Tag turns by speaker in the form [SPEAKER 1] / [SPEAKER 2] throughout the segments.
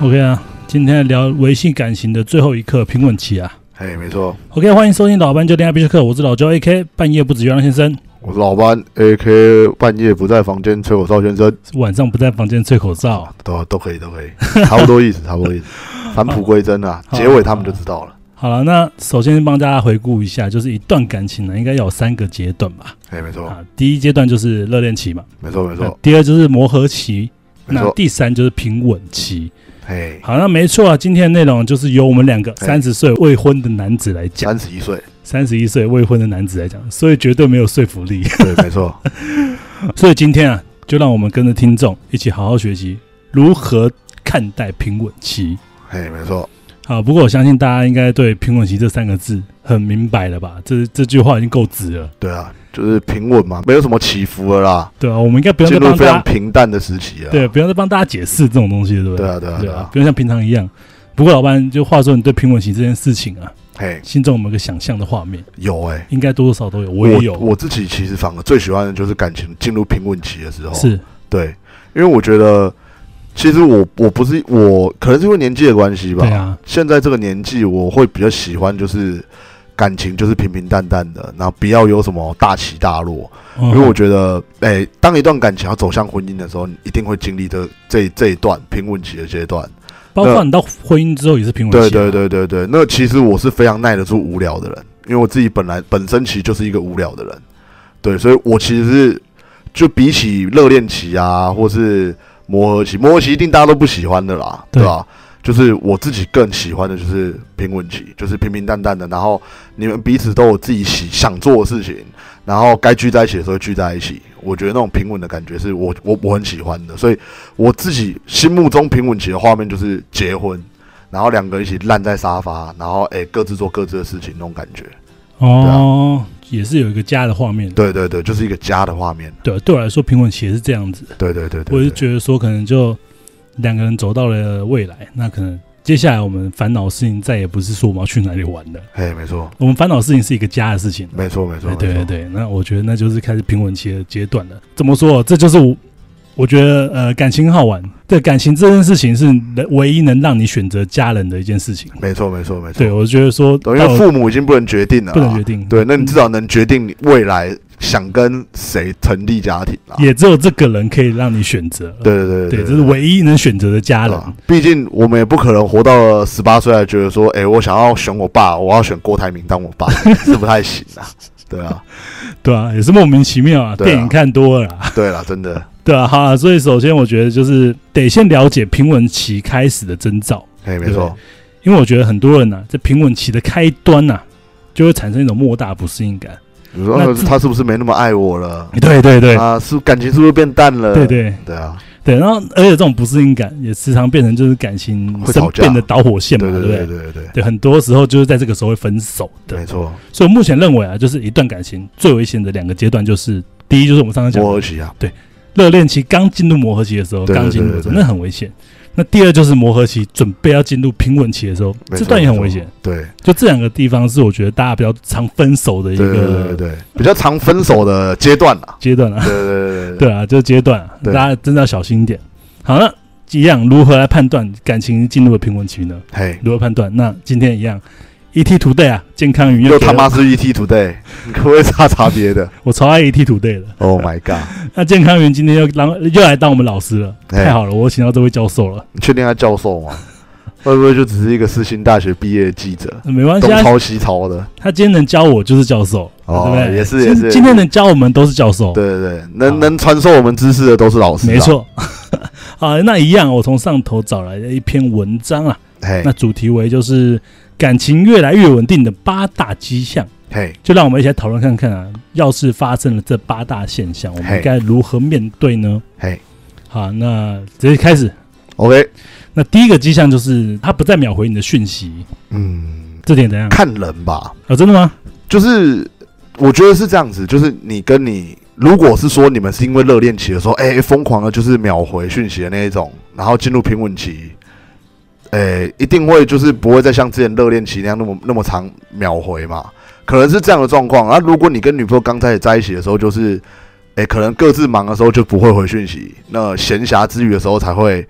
[SPEAKER 1] OK 啊，今天聊维系感情的最后一课平稳期啊。
[SPEAKER 2] 哎，没错，
[SPEAKER 1] OK，欢迎收听老班就恋爱必修课，我是老周 AK，半夜不止月亮先生，
[SPEAKER 2] 我是老班，A.K. 半夜不在房间吹口哨先生，
[SPEAKER 1] 晚上不在房间吹口哨。
[SPEAKER 2] 都都可以，都 可以，差不多意思，差不多意思，返璞归真啊，
[SPEAKER 1] 好
[SPEAKER 2] 结尾他们就知道了。
[SPEAKER 1] 好了，那首先帮大家回顾一下，就是一段感情呢，应该要有三个阶段吧？
[SPEAKER 2] 哎，没错，
[SPEAKER 1] 啊，第一阶段就是热恋期嘛，
[SPEAKER 2] 没错，没
[SPEAKER 1] 那
[SPEAKER 2] 错，
[SPEAKER 1] 第二就是磨合期，
[SPEAKER 2] 没
[SPEAKER 1] 那
[SPEAKER 2] 错，
[SPEAKER 1] 第三就是平稳期。
[SPEAKER 2] 哎，
[SPEAKER 1] 好，那没错啊，今天的内容就是由我们两个
[SPEAKER 2] 哎
[SPEAKER 1] 三十岁未婚的男子来讲，
[SPEAKER 2] 三十一岁，
[SPEAKER 1] 三十一岁未婚的男子来讲，所以绝对没有说服力。
[SPEAKER 2] 对，没错，
[SPEAKER 1] 所以今天啊，就让我们跟着听众一起好好学习如何看待平稳期。
[SPEAKER 2] 哎，没错，
[SPEAKER 1] 好，不过我相信大家应该对“平稳期”这三个字很明白了吧？这这句话已经够直了，
[SPEAKER 2] 对啊，就是平稳嘛，没有什么起伏了啦，
[SPEAKER 1] 对啊，我们应该不用
[SPEAKER 2] 进
[SPEAKER 1] 再帮
[SPEAKER 2] 入非常
[SPEAKER 1] 大家，
[SPEAKER 2] 平淡的时期啊。
[SPEAKER 1] 对，不用再帮大家解释这种东西了，对不
[SPEAKER 2] 对
[SPEAKER 1] 对？
[SPEAKER 2] 啊，对啊，
[SPEAKER 1] 对
[SPEAKER 2] 对
[SPEAKER 1] 啊
[SPEAKER 2] 啊，，
[SPEAKER 1] 不用像平常一样。不过老板，就话说你对平稳期这件事情啊，
[SPEAKER 2] 嘿，
[SPEAKER 1] 心中有没有个想象的画面？
[SPEAKER 2] 有哎，
[SPEAKER 1] 应该多多少少都有，我也有，
[SPEAKER 2] 我自己其实反而最喜欢的就是感情进入平稳期的时候，
[SPEAKER 1] 是
[SPEAKER 2] 对，因为我觉得，其实我我不是我，可能是因为年纪的关系吧。
[SPEAKER 1] 对啊，
[SPEAKER 2] 现在这个年纪，我会比较喜欢就是感情就是平平淡淡的，然后不要有什么大起大落。
[SPEAKER 1] 嗯
[SPEAKER 2] 因为我觉得，哎、当一段感情要走向婚姻的时候，你一定会经历这这这一段平稳期的阶段。
[SPEAKER 1] 包括你到婚姻之后也是平稳期、啊
[SPEAKER 2] 对对，啊对对对，那其实我是非常耐得住无聊的人，因为我自己本来本身其实就是一个无聊的人，对，所以我其实是就比起热恋期啊，或是磨合期，磨合期一定大家都不喜欢的啦，
[SPEAKER 1] 对
[SPEAKER 2] 对吧、就是我自己更喜欢的就是平稳期，就是平平淡淡的，然后你们彼此都有自己喜想做的事情，然后该聚在一起的时候聚在一起。我觉得那种平稳的感觉是我我我很喜欢的，所以我自己心目中平稳期的画面就是结婚，然后两个一起烂在沙发，然后哎、各自做各自的事情那种感觉。
[SPEAKER 1] 哦，也是有一个家的画面。
[SPEAKER 2] 对对对，就是一个家的画面。
[SPEAKER 1] 对，对我来说，平稳期也是这样子。
[SPEAKER 2] 对对对对
[SPEAKER 1] 我
[SPEAKER 2] 对
[SPEAKER 1] 是觉得说，可能就两个人走到了未来，那可能接下来我们烦恼的事情再也不是说我们要去哪里玩 的，
[SPEAKER 2] 哎，没错，
[SPEAKER 1] 我们烦恼的事情是一个家的事情。
[SPEAKER 2] 没错，没错，
[SPEAKER 1] 哎对
[SPEAKER 2] 没
[SPEAKER 1] 对
[SPEAKER 2] 错，
[SPEAKER 1] 对，那我觉得那就是开始平稳期的阶段了。怎么说？这就是我，我觉得呃，感情很好玩。对，感情这件事情是能唯一能让你选择家人的一件事情。
[SPEAKER 2] 没错，没错，没错
[SPEAKER 1] 对，。我觉得说，
[SPEAKER 2] 对，因为父母已经不能决定了啦，
[SPEAKER 1] 不能决定，
[SPEAKER 2] 啊对，那你至少能决定你未来想跟谁成立家庭啦。
[SPEAKER 1] 也只有这个人可以让你选择。
[SPEAKER 2] 对对
[SPEAKER 1] 对，
[SPEAKER 2] 对对，
[SPEAKER 1] 这是唯一能选择的家人。
[SPEAKER 2] 啊毕竟我们也不可能活到了十八岁还觉得说，哎、我想要选我爸，我要选郭台铭当我 爸，是不太行啊。对啊，
[SPEAKER 1] 对啊，也是莫名其妙啊，
[SPEAKER 2] 对啊
[SPEAKER 1] 电影看多了啦，
[SPEAKER 2] 对啦，真的，
[SPEAKER 1] 对啊，好啊，所以首先我觉得就是得先了解平稳期开始的征兆，
[SPEAKER 2] 哎，没错，
[SPEAKER 1] 因为我觉得很多人呢、在平稳期的开端呐、就会产生一种莫大不适应感。
[SPEAKER 2] 你说
[SPEAKER 1] 那
[SPEAKER 2] 呃
[SPEAKER 1] 自
[SPEAKER 2] 他是不是没那么爱我了？
[SPEAKER 1] 对对对、
[SPEAKER 2] 啊，是感情是不是变淡了？
[SPEAKER 1] 对对
[SPEAKER 2] 对啊，
[SPEAKER 1] 对，然后而且这种不适应感也时常变成就是感情
[SPEAKER 2] 会
[SPEAKER 1] 生
[SPEAKER 2] 吵架
[SPEAKER 1] 变的导火线嘛，
[SPEAKER 2] 对
[SPEAKER 1] 不
[SPEAKER 2] 对对对对
[SPEAKER 1] 对，很多时候就是在这个时候会分手
[SPEAKER 2] 对，
[SPEAKER 1] 的
[SPEAKER 2] 没。错，
[SPEAKER 1] 所以我目前认为啊，就是一段感情最危险的两个阶段，就是第一就是我们刚刚讲的
[SPEAKER 2] 磨合期啊，
[SPEAKER 1] 热恋期刚进入磨合期的时候，
[SPEAKER 2] 对对
[SPEAKER 1] 刚进入的时候，
[SPEAKER 2] 对对对
[SPEAKER 1] 那很危险。那第二就是磨合期准备要进入平稳期的时候，
[SPEAKER 2] 没错
[SPEAKER 1] 这段也很
[SPEAKER 2] 没错
[SPEAKER 1] 危险。
[SPEAKER 2] 对
[SPEAKER 1] 就这两个地方是我觉得大家比较常分手的一
[SPEAKER 2] 对对对对
[SPEAKER 1] 个
[SPEAKER 2] 对，比较常分手的阶段啦。
[SPEAKER 1] 阶段啊
[SPEAKER 2] 对，对对对
[SPEAKER 1] 对啊，这阶段啊，大
[SPEAKER 2] 对
[SPEAKER 1] 家真的要小心一点。好了，一样如何来判断感情进入了平稳期呢？
[SPEAKER 2] 嘿，
[SPEAKER 1] 如何判断？那今天一样，ET Today 啊，健康与
[SPEAKER 2] 又
[SPEAKER 1] 又
[SPEAKER 2] 他妈是 ET Today，你 可不可以查查别的
[SPEAKER 1] 我超爱 ET Today 的。
[SPEAKER 2] ？Oh my god！
[SPEAKER 1] 那健康云今天又当又来当我们老师了，
[SPEAKER 2] 哎
[SPEAKER 1] 太好了，我请到这位教授了。
[SPEAKER 2] 你确定他教授吗？会不会就只是一个四星大学毕业的记者，
[SPEAKER 1] 那没关系
[SPEAKER 2] 东
[SPEAKER 1] 啊，
[SPEAKER 2] 抄西抄的？
[SPEAKER 1] 他今天能教我就是教授，对
[SPEAKER 2] 哦
[SPEAKER 1] 不对？
[SPEAKER 2] 也是也
[SPEAKER 1] 今
[SPEAKER 2] 是
[SPEAKER 1] 今天能教我们都是教授，，
[SPEAKER 2] 对对对，
[SPEAKER 1] 好
[SPEAKER 2] 能能传授我们知识的都是老师，
[SPEAKER 1] 没。错。 啊，那一样，我从上头找来了一篇文章啊，
[SPEAKER 2] 嘿
[SPEAKER 1] 那，主题为就是感情越来越稳定的八大迹象，
[SPEAKER 2] 嘿，
[SPEAKER 1] 就让我们一起来讨论看看啊，要是发生了这八大现象，我们
[SPEAKER 2] 嘿
[SPEAKER 1] 该如何面对呢？
[SPEAKER 2] 嘿
[SPEAKER 1] 好，那直接开始。
[SPEAKER 2] ，OK，
[SPEAKER 1] 那第一个迹象就是他不再秒回你的讯息，
[SPEAKER 2] 嗯，
[SPEAKER 1] 这点怎样？
[SPEAKER 2] 看人吧，
[SPEAKER 1] 啊，真的吗？
[SPEAKER 2] 就是我觉得是这样子，就是你跟你如果是说你们是因为热恋期的时候，哎、疯狂的就是秒回讯息的那一种，然后进入平稳期，哎、一定会就是不会再像之前热恋期那样那么那么长秒回嘛，可能是这样的状况。啊，如果你跟女朋友刚开始在一起的时候，就是哎、可能各自忙的时候就不会回讯息，那闲暇之余的时候才会。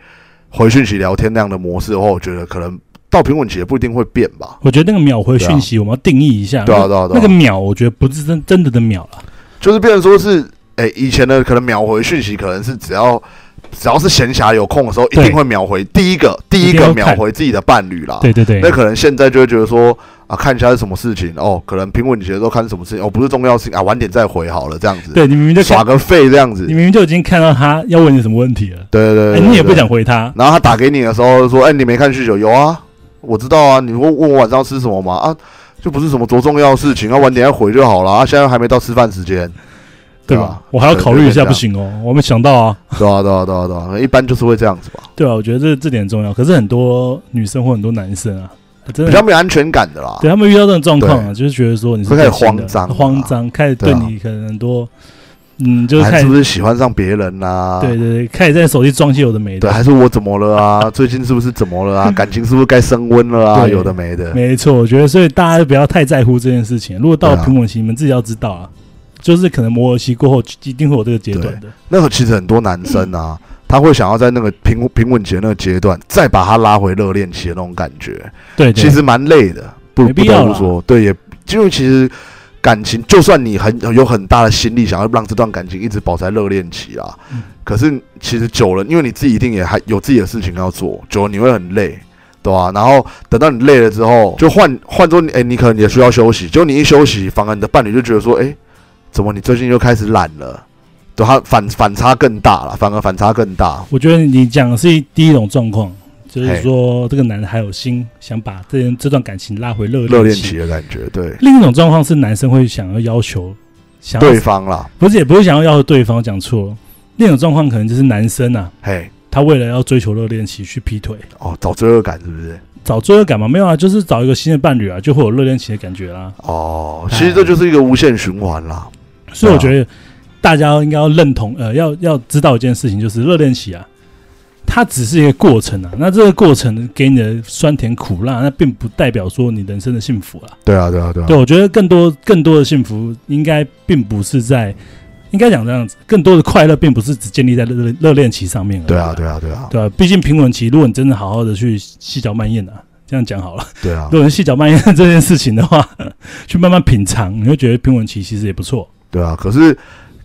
[SPEAKER 2] 回讯息聊天那样的模式的话，我觉得可能到平稳期也不一定会变吧。
[SPEAKER 1] 我觉得那个秒回
[SPEAKER 2] 对啊
[SPEAKER 1] 讯息，我们要定义一下。
[SPEAKER 2] 对啊，对啊，
[SPEAKER 1] 那
[SPEAKER 2] 对
[SPEAKER 1] 个
[SPEAKER 2] 啊，
[SPEAKER 1] 秒，我觉得不是真真的的秒了。
[SPEAKER 2] 就是变成说是，哎、以前的可能秒回讯息，可能是只要只要是闲暇有空的时候，一
[SPEAKER 1] 对
[SPEAKER 2] 定会秒回第一个第
[SPEAKER 1] 一
[SPEAKER 2] 一
[SPEAKER 1] 定要
[SPEAKER 2] 个
[SPEAKER 1] 看
[SPEAKER 2] 秒回自己的伴侣啦。
[SPEAKER 1] 对对对
[SPEAKER 2] 啊那，可能现在就会觉得说啊，看一下是什么事情哦，可能平稳节的时候看是什么事情哦，不是重要事情啊，晚点再回好了这样子，
[SPEAKER 1] 对你明明就看
[SPEAKER 2] 耍个废这样子，
[SPEAKER 1] 你
[SPEAKER 2] 对
[SPEAKER 1] 明明就已经看到他要问你什么问题了，
[SPEAKER 2] 对
[SPEAKER 1] 哎，
[SPEAKER 2] 对对对
[SPEAKER 1] 你也不
[SPEAKER 2] 对
[SPEAKER 1] 想回他，
[SPEAKER 2] 然后他打给你的时候说：“哎、你没看酗酒？有啊，我知道啊。你问问我晚上吃什么嘛？啊，就不是什么多重要的事情，要、晚点再回就好了。啊，现在还没到吃饭时间，
[SPEAKER 1] 对
[SPEAKER 2] 对
[SPEAKER 1] 吧
[SPEAKER 2] 啊？
[SPEAKER 1] 我还要考虑一下，
[SPEAKER 2] 对对对
[SPEAKER 1] 不行哦，我没想到啊。
[SPEAKER 2] 对啊，对啊，对啊，对啊。一般就是会这样子吧，
[SPEAKER 1] 对啊，我觉得这这点很重要。可是很多女生或很多男生啊，真
[SPEAKER 2] 比
[SPEAKER 1] 的
[SPEAKER 2] 较没有安全感的啦。
[SPEAKER 1] 对他们遇到这种状况啊，就是觉得说你是
[SPEAKER 2] 会开始
[SPEAKER 1] 真心的
[SPEAKER 2] 慌张啊
[SPEAKER 1] 慌张，开始对
[SPEAKER 2] 对啊
[SPEAKER 1] 你可能很多，嗯，就是
[SPEAKER 2] 还
[SPEAKER 1] 开
[SPEAKER 2] 是
[SPEAKER 1] 始
[SPEAKER 2] 不是喜欢上别人啦、啊？
[SPEAKER 1] 对对对，开始在手机装些有的没
[SPEAKER 2] 对，
[SPEAKER 1] 的。
[SPEAKER 2] 还是我怎么 了啊？最近是不是怎么了啊？感情是不是该升温了啊？
[SPEAKER 1] 对
[SPEAKER 2] 有的没的。
[SPEAKER 1] 没错，我觉得所以大家就不要太在乎这件事情。如果到
[SPEAKER 2] 对
[SPEAKER 1] 了
[SPEAKER 2] 啊
[SPEAKER 1] 平稳期，你们自己要知道啊，就是可能磨合期过后，一定会有这个阶段的。
[SPEAKER 2] 那个其实很多男生啊，他会想要在那个平平稳节那个阶段，再把他拉回热恋期的那种感觉。
[SPEAKER 1] 对，对
[SPEAKER 2] 其实蛮累的，不
[SPEAKER 1] 没
[SPEAKER 2] 不
[SPEAKER 1] 必
[SPEAKER 2] 得
[SPEAKER 1] 要
[SPEAKER 2] 不
[SPEAKER 1] 啦
[SPEAKER 2] 说，对，也因为其实感情，就算你很有很大的心力想要让这段感情一直保持在热恋期啦，
[SPEAKER 1] 嗯
[SPEAKER 2] 可是其实久了，因为你自己一定也还有自己的事情要做，久了你会很累。对吧、然后等到你累了之后，就换换做你，哎，你可能也需要休息。就你一休息，反而你的伴侣就觉得说，哎，怎么你最近又开始懒了？对，他反反差更大了，反而反差更大。
[SPEAKER 1] 我觉得你讲的是一第一种状况，就是
[SPEAKER 2] 嘿
[SPEAKER 1] 说这个男的还有心想把这件这段感情拉回热
[SPEAKER 2] 热恋
[SPEAKER 1] 期
[SPEAKER 2] 期的感觉，对
[SPEAKER 1] 另一种状况是男生会想要要求，想要
[SPEAKER 2] 对方啦，
[SPEAKER 1] 不是也不是想要要求对方，讲错了。另一种状况可能就是男生啊，
[SPEAKER 2] 嘿，
[SPEAKER 1] 他为了要追求热恋期去劈腿，
[SPEAKER 2] 哦，找罪恶感是不是？
[SPEAKER 1] 找罪恶感嘛？没有啊，就是找一个新的伴侣啊，就会有热恋期的感觉啦。
[SPEAKER 2] 哦，其实这就是一个无限循环啦。
[SPEAKER 1] 所以我觉得
[SPEAKER 2] 啊
[SPEAKER 1] 大家应该要认同，呃，要要知道一件事情，就是热恋期啊，它只是一个过程啊。那这个过程给你的酸甜苦辣，那并不代表说你人生的幸福啊。
[SPEAKER 2] 对啊，对啊，对啊
[SPEAKER 1] 对，我觉得更多更多的幸福应该并不是在，应该讲这样子，更多的快乐并不是只建立在热热恋期上面而已
[SPEAKER 2] 对啊，对啊，对啊，
[SPEAKER 1] 对啊，毕竟平稳期，如果你真的好好的去细嚼慢咽啊，这样讲好了，
[SPEAKER 2] 对啊
[SPEAKER 1] 如，果你细嚼慢咽这件事情的话， 去慢慢品尝，你会觉得平稳期其实也不错。
[SPEAKER 2] 对啊。可是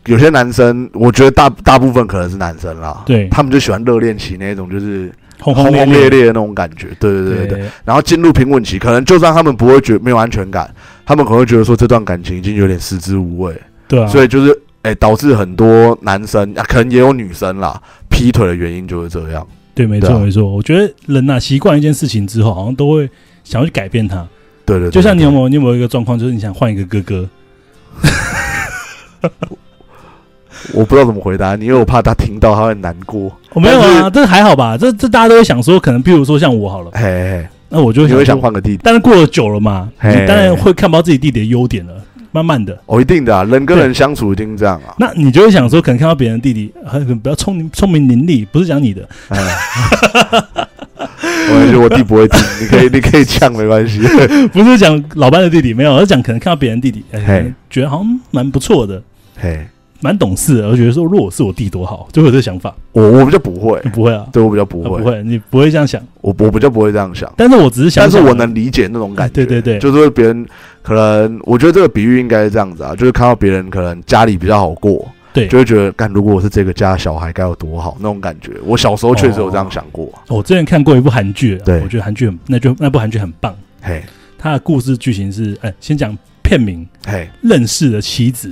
[SPEAKER 2] 有些男生，我觉得大大部分可能是男生啦，
[SPEAKER 1] 对
[SPEAKER 2] 他们就喜欢热恋期那种，就是
[SPEAKER 1] 轰
[SPEAKER 2] 轰
[SPEAKER 1] 烈
[SPEAKER 2] 轰烈烈的那种感觉。对对对对对。
[SPEAKER 1] 对
[SPEAKER 2] 然后进入平稳期，可能就算他们不会觉没有安全感，他们可能会觉得说这段感情已经有点食之无味，
[SPEAKER 1] 对啊，
[SPEAKER 2] 所以就是哎、导致很多男生啊，可能也有女生啦，劈腿的原因就是这样。
[SPEAKER 1] 对，没
[SPEAKER 2] 对
[SPEAKER 1] 错
[SPEAKER 2] 啊
[SPEAKER 1] 没错。我觉得人呐、习惯一件事情之后，好像都会想要去改变它。
[SPEAKER 2] 对对对
[SPEAKER 1] 就像你有
[SPEAKER 2] 对
[SPEAKER 1] 没有你有没有一个状况，就是你想换一个哥哥，
[SPEAKER 2] 我不知道怎么回答你，因为我怕他听到他会难过。
[SPEAKER 1] 我、没有
[SPEAKER 2] 哦但
[SPEAKER 1] 啊，
[SPEAKER 2] 是
[SPEAKER 1] 这还好吧？这这大家都会想说，可能比如说像我好了，
[SPEAKER 2] 嘿嘿，
[SPEAKER 1] 那我就
[SPEAKER 2] 嘿你会
[SPEAKER 1] 会
[SPEAKER 2] 想
[SPEAKER 1] 想
[SPEAKER 2] 换个地点？
[SPEAKER 1] 但是过了久了嘛，你
[SPEAKER 2] 嘿
[SPEAKER 1] 当然会看不到自己弟弟的优点了。慢慢的，
[SPEAKER 2] 哦，一定的、啊，人跟人相处一定这样啊。
[SPEAKER 1] 那你就会想说，可能看到别人的弟弟很很比较聪明、聪明伶俐，不是讲你的，
[SPEAKER 2] 哎我也觉得我弟不会听，你 可以，你可以呛，没关系。
[SPEAKER 1] 不是讲老班的弟弟，没有，而是讲可能看到别人的弟弟，哎、
[SPEAKER 2] 嘿
[SPEAKER 1] 觉得好像蛮不错的，
[SPEAKER 2] 嘿，
[SPEAKER 1] 蛮懂事的，我觉得说，如果我是我弟多好，就会有这个想法。
[SPEAKER 2] 我我比较不会，
[SPEAKER 1] 不会啊，
[SPEAKER 2] 对我比较不
[SPEAKER 1] 啊
[SPEAKER 2] 会，
[SPEAKER 1] 不会，你不会这样想。
[SPEAKER 2] 我我比较不会这样想，
[SPEAKER 1] 但是我只是想
[SPEAKER 2] 但
[SPEAKER 1] 想，啊
[SPEAKER 2] 是我能理解那种感觉。
[SPEAKER 1] 对对对
[SPEAKER 2] 就是别人可能，我觉得这个比喻应该是这样子啊，就是看到别人可能家里比较好过，
[SPEAKER 1] 对
[SPEAKER 2] 就会觉得，干，如果我是这个家的小孩该有多好那种感觉。我小时候确实有这样想过，
[SPEAKER 1] 我之前看过一部韩剧啊，
[SPEAKER 2] 对
[SPEAKER 1] 我觉得韩剧很，那就那部韩剧很棒。
[SPEAKER 2] 嘿，
[SPEAKER 1] 它的故事剧情是，哎、先讲片名《
[SPEAKER 2] 嘿，
[SPEAKER 1] 认识的妻子》，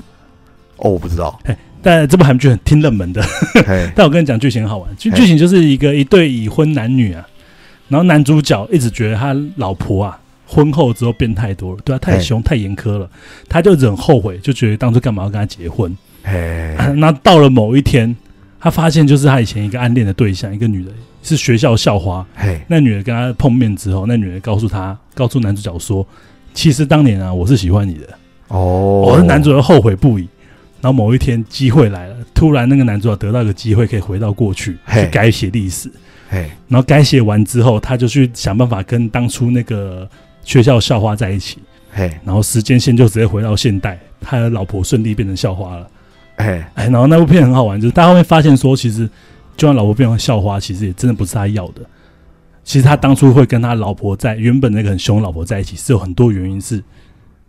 [SPEAKER 2] 哦，我不知道，
[SPEAKER 1] 但这部韩剧很挺冷门的。
[SPEAKER 2] 嘿，
[SPEAKER 1] 但我跟你讲，剧情很好玩。剧
[SPEAKER 2] 嘿
[SPEAKER 1] 剧情就是一个一对已婚男女啊，然后男主角一直觉得他老婆啊婚后之后变太多了，对他太
[SPEAKER 2] 嘿
[SPEAKER 1] 凶太严苛了，他就很后悔，就觉得当初干嘛要跟他结婚。
[SPEAKER 2] 嘿，
[SPEAKER 1] 那到了某一天，他发现就是他以前一个暗恋的对象，一个女的是学校校花。
[SPEAKER 2] 嘿，
[SPEAKER 1] 那女的跟他碰面之后，那女的告诉他，告诉男主角说，其实当年啊我是喜欢你的。
[SPEAKER 2] 哦，
[SPEAKER 1] 我、是男主角后悔不已。然后某一天机会来了，突然那个男主角得到一个机会，可以回到过去
[SPEAKER 2] 嘿
[SPEAKER 1] 去改写历史。
[SPEAKER 2] 嘿，
[SPEAKER 1] 然后改写完之后，他就去想办法跟当初那个学校校花在一起。
[SPEAKER 2] 嘿，
[SPEAKER 1] 然后时间线就直接回到现代，他的老婆顺利变成校花了。
[SPEAKER 2] 嘿，
[SPEAKER 1] 哎，然后那部片很好玩，就是大家会发现说，其实就算老婆变成校花，其实也真的不是他要的。其实他当初会跟他老婆在原本那个很凶的老婆在一起，是有很多原因是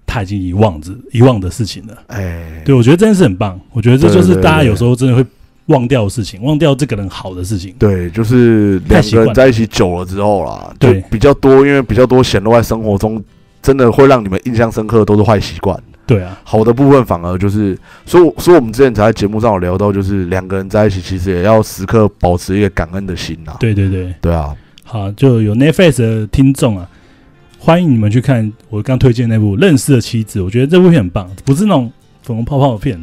[SPEAKER 1] 他已经遗忘着遗忘的事情了。
[SPEAKER 2] 哎，
[SPEAKER 1] 对，我觉得这件事很棒。我觉得这就是
[SPEAKER 2] 对对对
[SPEAKER 1] 大家有时候真的会忘掉的事情，忘掉这个人好的事情。
[SPEAKER 2] 对，就是
[SPEAKER 1] 太
[SPEAKER 2] 两
[SPEAKER 1] 习
[SPEAKER 2] 个
[SPEAKER 1] 惯
[SPEAKER 2] 人在一起久了之后啦，就
[SPEAKER 1] 对
[SPEAKER 2] 比较多，因为比较多显露在生活中，真的会让你们印象深刻的都是坏习惯。
[SPEAKER 1] 对啊，
[SPEAKER 2] 好的部分反而就是，所以我所以我们之前才在节目上有聊到，就是两个人在一起其实也要时刻保持一个感恩的心呐、
[SPEAKER 1] 对对对。
[SPEAKER 2] 对啊，
[SPEAKER 1] 好，就有 Netflix 的听众啊，欢迎你们去看我刚推荐那部《认识的妻子》，我觉得这部片很棒，不是那种粉红泡泡的片，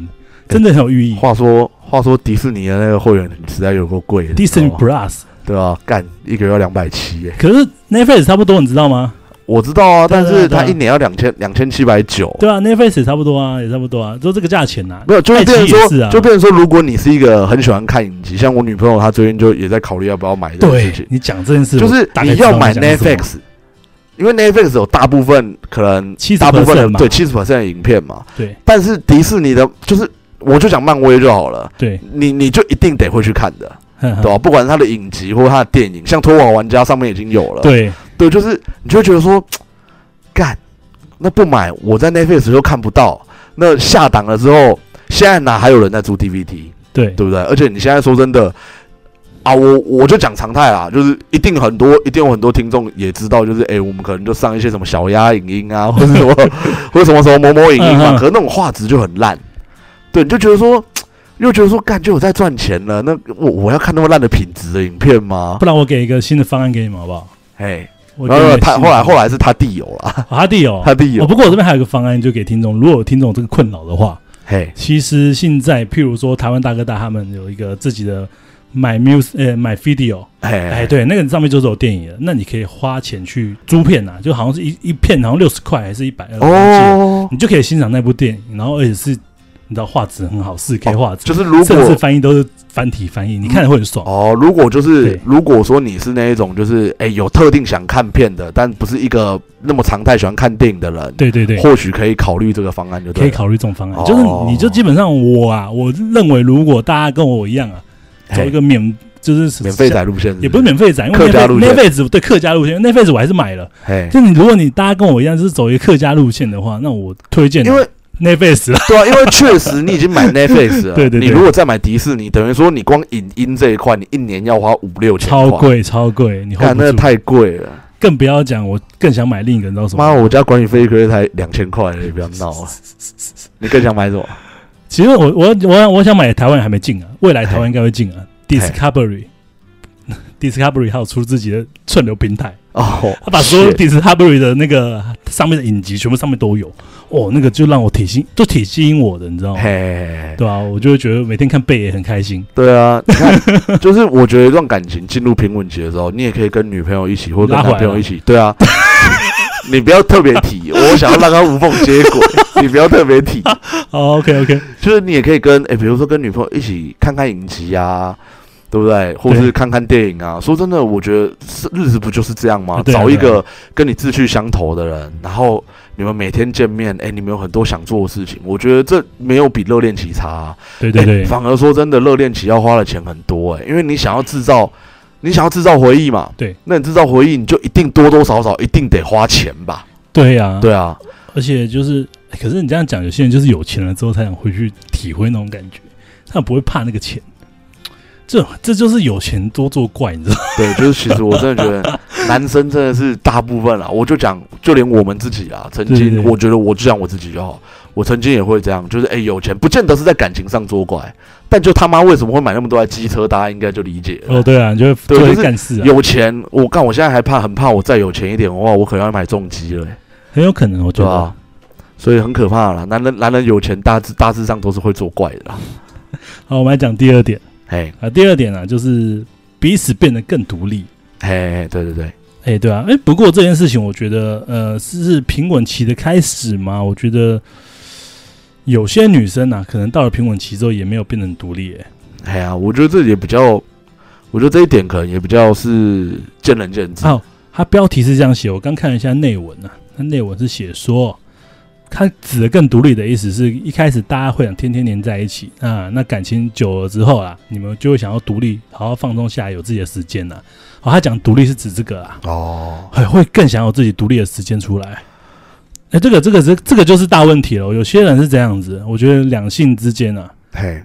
[SPEAKER 1] 真的很有寓意。
[SPEAKER 2] 话说话说迪士尼的那个会员实在有够贵
[SPEAKER 1] Disney
[SPEAKER 2] 的你知道吗
[SPEAKER 1] Plus，
[SPEAKER 2] 对啊，干一个月要两百七耶，
[SPEAKER 1] 可是 Netflix 差不多，你知道吗？
[SPEAKER 2] 我知道啊，
[SPEAKER 1] 对啊
[SPEAKER 2] 但
[SPEAKER 1] 对啊
[SPEAKER 2] 是
[SPEAKER 1] 对啊
[SPEAKER 2] 他一年要两千两千七百九，
[SPEAKER 1] 对啊，Netflix 也差不多啊，也差不多啊，就这个价钱呐、啊。
[SPEAKER 2] 没有，就
[SPEAKER 1] 爱
[SPEAKER 2] 是
[SPEAKER 1] 奇
[SPEAKER 2] 变成
[SPEAKER 1] 艺也是
[SPEAKER 2] 说，
[SPEAKER 1] 啊
[SPEAKER 2] 就变成说，如果你是一个很喜欢看影集，像我女朋友她最近就也在考虑要不要买这个事
[SPEAKER 1] 对
[SPEAKER 2] 情，
[SPEAKER 1] 你讲这件事，
[SPEAKER 2] 就是
[SPEAKER 1] 我大概
[SPEAKER 2] 你
[SPEAKER 1] 知道
[SPEAKER 2] 要买
[SPEAKER 1] 讲什么
[SPEAKER 2] Netflix，因为 Netflix 有大部分可能
[SPEAKER 1] 70%
[SPEAKER 2] 大部分的
[SPEAKER 1] 嘛
[SPEAKER 2] 对七十 percent 的影片嘛，
[SPEAKER 1] 对
[SPEAKER 2] 但是迪士尼的，就是我就讲漫威就好了，
[SPEAKER 1] 对，
[SPEAKER 2] 你你就一定得会去看的，
[SPEAKER 1] 呵呵
[SPEAKER 2] 对吧、不管是它的影集或它的电影，像《脱网玩家》上面已经有了，
[SPEAKER 1] 对
[SPEAKER 2] 对，就是你就会觉得说，干，那不买我在 Netflix 又看不到，那下档了之后，现在哪还有人在租 DVD，
[SPEAKER 1] 对
[SPEAKER 2] 对不对？而且你现在说真的。啊，我我就讲常态啦，就是一定很多，一定有很多听众也知道，就是诶，我们可能就上一些什么小鸭影音啊，或者什 么，或者什么什么某某影音嘛，
[SPEAKER 1] 嗯嗯
[SPEAKER 2] 可是那种画质就很烂，对，你就觉得说，又觉得说，干就有在赚钱了，那我我要看那么烂的品质的影片吗？
[SPEAKER 1] 不然我给一个新的方案给你们好不好？
[SPEAKER 2] 哎，
[SPEAKER 1] 我
[SPEAKER 2] 然后
[SPEAKER 1] 给你们
[SPEAKER 2] 他
[SPEAKER 1] 新
[SPEAKER 2] 后
[SPEAKER 1] 的
[SPEAKER 2] 来后来是他弟友啦，
[SPEAKER 1] 哦他弟哦，
[SPEAKER 2] 他弟
[SPEAKER 1] 哦，
[SPEAKER 2] 友，
[SPEAKER 1] 不过我这边还有一个方案，就给听众，如果有听众有这个困扰的话，
[SPEAKER 2] 嘿，
[SPEAKER 1] 其实现在譬如说台湾大哥大他们有一个自己的买 music 呃买 video，哎、
[SPEAKER 2] 嘿，
[SPEAKER 1] 对，那个上面就是有电影的，那你可以花钱去租片啊，就好像是一一片好像六十块还是一百二，忘记了
[SPEAKER 2] 哦，
[SPEAKER 1] 你就可以欣赏那部电影，然后而且是你知道画质很好，四 K
[SPEAKER 2] 哦
[SPEAKER 1] 画质，
[SPEAKER 2] 就是如
[SPEAKER 1] 甚至
[SPEAKER 2] 果
[SPEAKER 1] 翻译都是繁体翻译，你看了会很爽。
[SPEAKER 2] 哦，如果就是
[SPEAKER 1] 对
[SPEAKER 2] 如果说你是那一种就是哎有特定想看片的，但不是一个那么常态喜欢看电影的人，
[SPEAKER 1] 对对对，
[SPEAKER 2] 或许可以考虑这个方案，就
[SPEAKER 1] 可
[SPEAKER 2] 对
[SPEAKER 1] 以
[SPEAKER 2] 了，
[SPEAKER 1] 考虑这种方案，
[SPEAKER 2] 哦
[SPEAKER 1] 就是你就基本上我啊，我认为如果大家跟我一样啊，走一
[SPEAKER 2] 嘿
[SPEAKER 1] 个免就是
[SPEAKER 2] 免费仔路线，
[SPEAKER 1] 也不是，免费展，因为
[SPEAKER 2] 客家路线
[SPEAKER 1] n e t f l i x 对客家路线 n e t f l i x 我还是买了。
[SPEAKER 2] 嘿，
[SPEAKER 1] 就你如果你大家跟我一样是走一个客家路线的话，那我推荐
[SPEAKER 2] 因为
[SPEAKER 1] n e t f l i x 啦。
[SPEAKER 2] 对啊，因为确实你已经买 Netflix 了，
[SPEAKER 1] 对对对
[SPEAKER 2] 你如果再买迪士尼，等于说你光影音这一块，你一年要花五六千块，
[SPEAKER 1] 超，贵超贵，你 hold
[SPEAKER 2] 看
[SPEAKER 1] 不
[SPEAKER 2] 那
[SPEAKER 1] 住。
[SPEAKER 2] 太贵了。
[SPEAKER 1] 更不要讲，我更想买另一个，你知道什么
[SPEAKER 2] 妈，
[SPEAKER 1] 吗？
[SPEAKER 2] 我家管理费一个月才两千块，你不要 闹了。你更想买什么？
[SPEAKER 1] 其实我我我我想买台湾还没进啊，未来台湾应该会进啊。Discovery。Discovery 还有出自己的串流平台，
[SPEAKER 2] 哦，
[SPEAKER 1] 他把所有
[SPEAKER 2] shit
[SPEAKER 1] Discovery 的那个上面的影集全部上面都有，哦，那个就让我挺吸，就挺吸引我的，你知道吗？
[SPEAKER 2] 嘿，
[SPEAKER 1] 对啊，我就会觉得每天看贝也很开心。
[SPEAKER 2] 对啊，你看，就是我觉得一段感情进入平稳期的时候，你也可以跟女朋友一起，或者跟
[SPEAKER 1] 拉回
[SPEAKER 2] 男
[SPEAKER 1] 来
[SPEAKER 2] 朋友一起，对啊。 你不要特别提，我想要让他无缝接 轨。你不要特别提，
[SPEAKER 1] 哦 OK OK，
[SPEAKER 2] 就是你也可以跟诶、比如说跟女朋友一起看看影集啊，对不对？或是
[SPEAKER 1] 对
[SPEAKER 2] 看看电影啊。说真的，我觉得是日子不就是这样吗
[SPEAKER 1] 啊？对啊
[SPEAKER 2] 找一
[SPEAKER 1] 对啊
[SPEAKER 2] 个跟你志趣相投的人，然后你们每天见面，诶、你们有很多想做的事情。我觉得这没有比热恋期差啊、
[SPEAKER 1] 对对对
[SPEAKER 2] 欸， 反而说真的，热恋期要花的钱很多哎、欸因为你想要制造，你想要制造回忆嘛，
[SPEAKER 1] 对，
[SPEAKER 2] 那你制造回忆，你就一定多多少少一定得花钱吧，
[SPEAKER 1] 对呀，
[SPEAKER 2] 对啊，
[SPEAKER 1] 而且就是，欸可是你这样讲，有些人就是有钱了之后才想回去体会那种感觉，他不会怕那个钱。这这就是有钱多作怪，你知道吗？
[SPEAKER 2] 对，就是其实我真的 觉得男生真的是大部分啦，我就讲，就连我们自己啊，曾
[SPEAKER 1] 对对
[SPEAKER 2] 经
[SPEAKER 1] 对
[SPEAKER 2] 我觉得我就讲我自己就好，我曾经也会这样，就是哎、欸有钱不见得是在感情上作怪，但就他妈为什么会买那么多台机车，大家应该就理解了。
[SPEAKER 1] 哦，对啊，你就会
[SPEAKER 2] 对
[SPEAKER 1] 就会
[SPEAKER 2] 就是
[SPEAKER 1] 干事啊，
[SPEAKER 2] 有钱，我干！我现在还怕，很怕我再有钱一点的话，我可能要买重机了欸、
[SPEAKER 1] 很有可能，我觉
[SPEAKER 2] 对
[SPEAKER 1] 得。
[SPEAKER 2] 啊，所以很可怕啦。男人男人有钱，大致大致上都是会作怪的啦。
[SPEAKER 1] 好，我们来讲第二点
[SPEAKER 2] 嘿，
[SPEAKER 1] 啊，第二点啊，就是彼此变得更独立。
[SPEAKER 2] 嘿，嘿对对对，
[SPEAKER 1] 哎，对啊，哎，不过这件事情，我觉得，呃，是是平稳期的开始嘛？我觉得有些女生啊，可能到了平稳期之后，也没有变得很独立、哎，
[SPEAKER 2] 哎呀、我觉得这也比较，我觉得这一点可能也比较是见仁见智。
[SPEAKER 1] 啊哦，它标题是这样写，我刚看了一下内文啊，它内文是写说，他指的更独立的意思是一开始大家会想天天黏在一起啊，那感情久了之后啊，你们就会想要独立，好好放松下来，有自己的时间呐、好，他讲独立是指这个啊，
[SPEAKER 2] 哦，
[SPEAKER 1] 会会更想有自己独立的时间出来。哎、这个这个是这个就是大问题了。有些人是这样子，我觉得两性之间啊，
[SPEAKER 2] 嘿，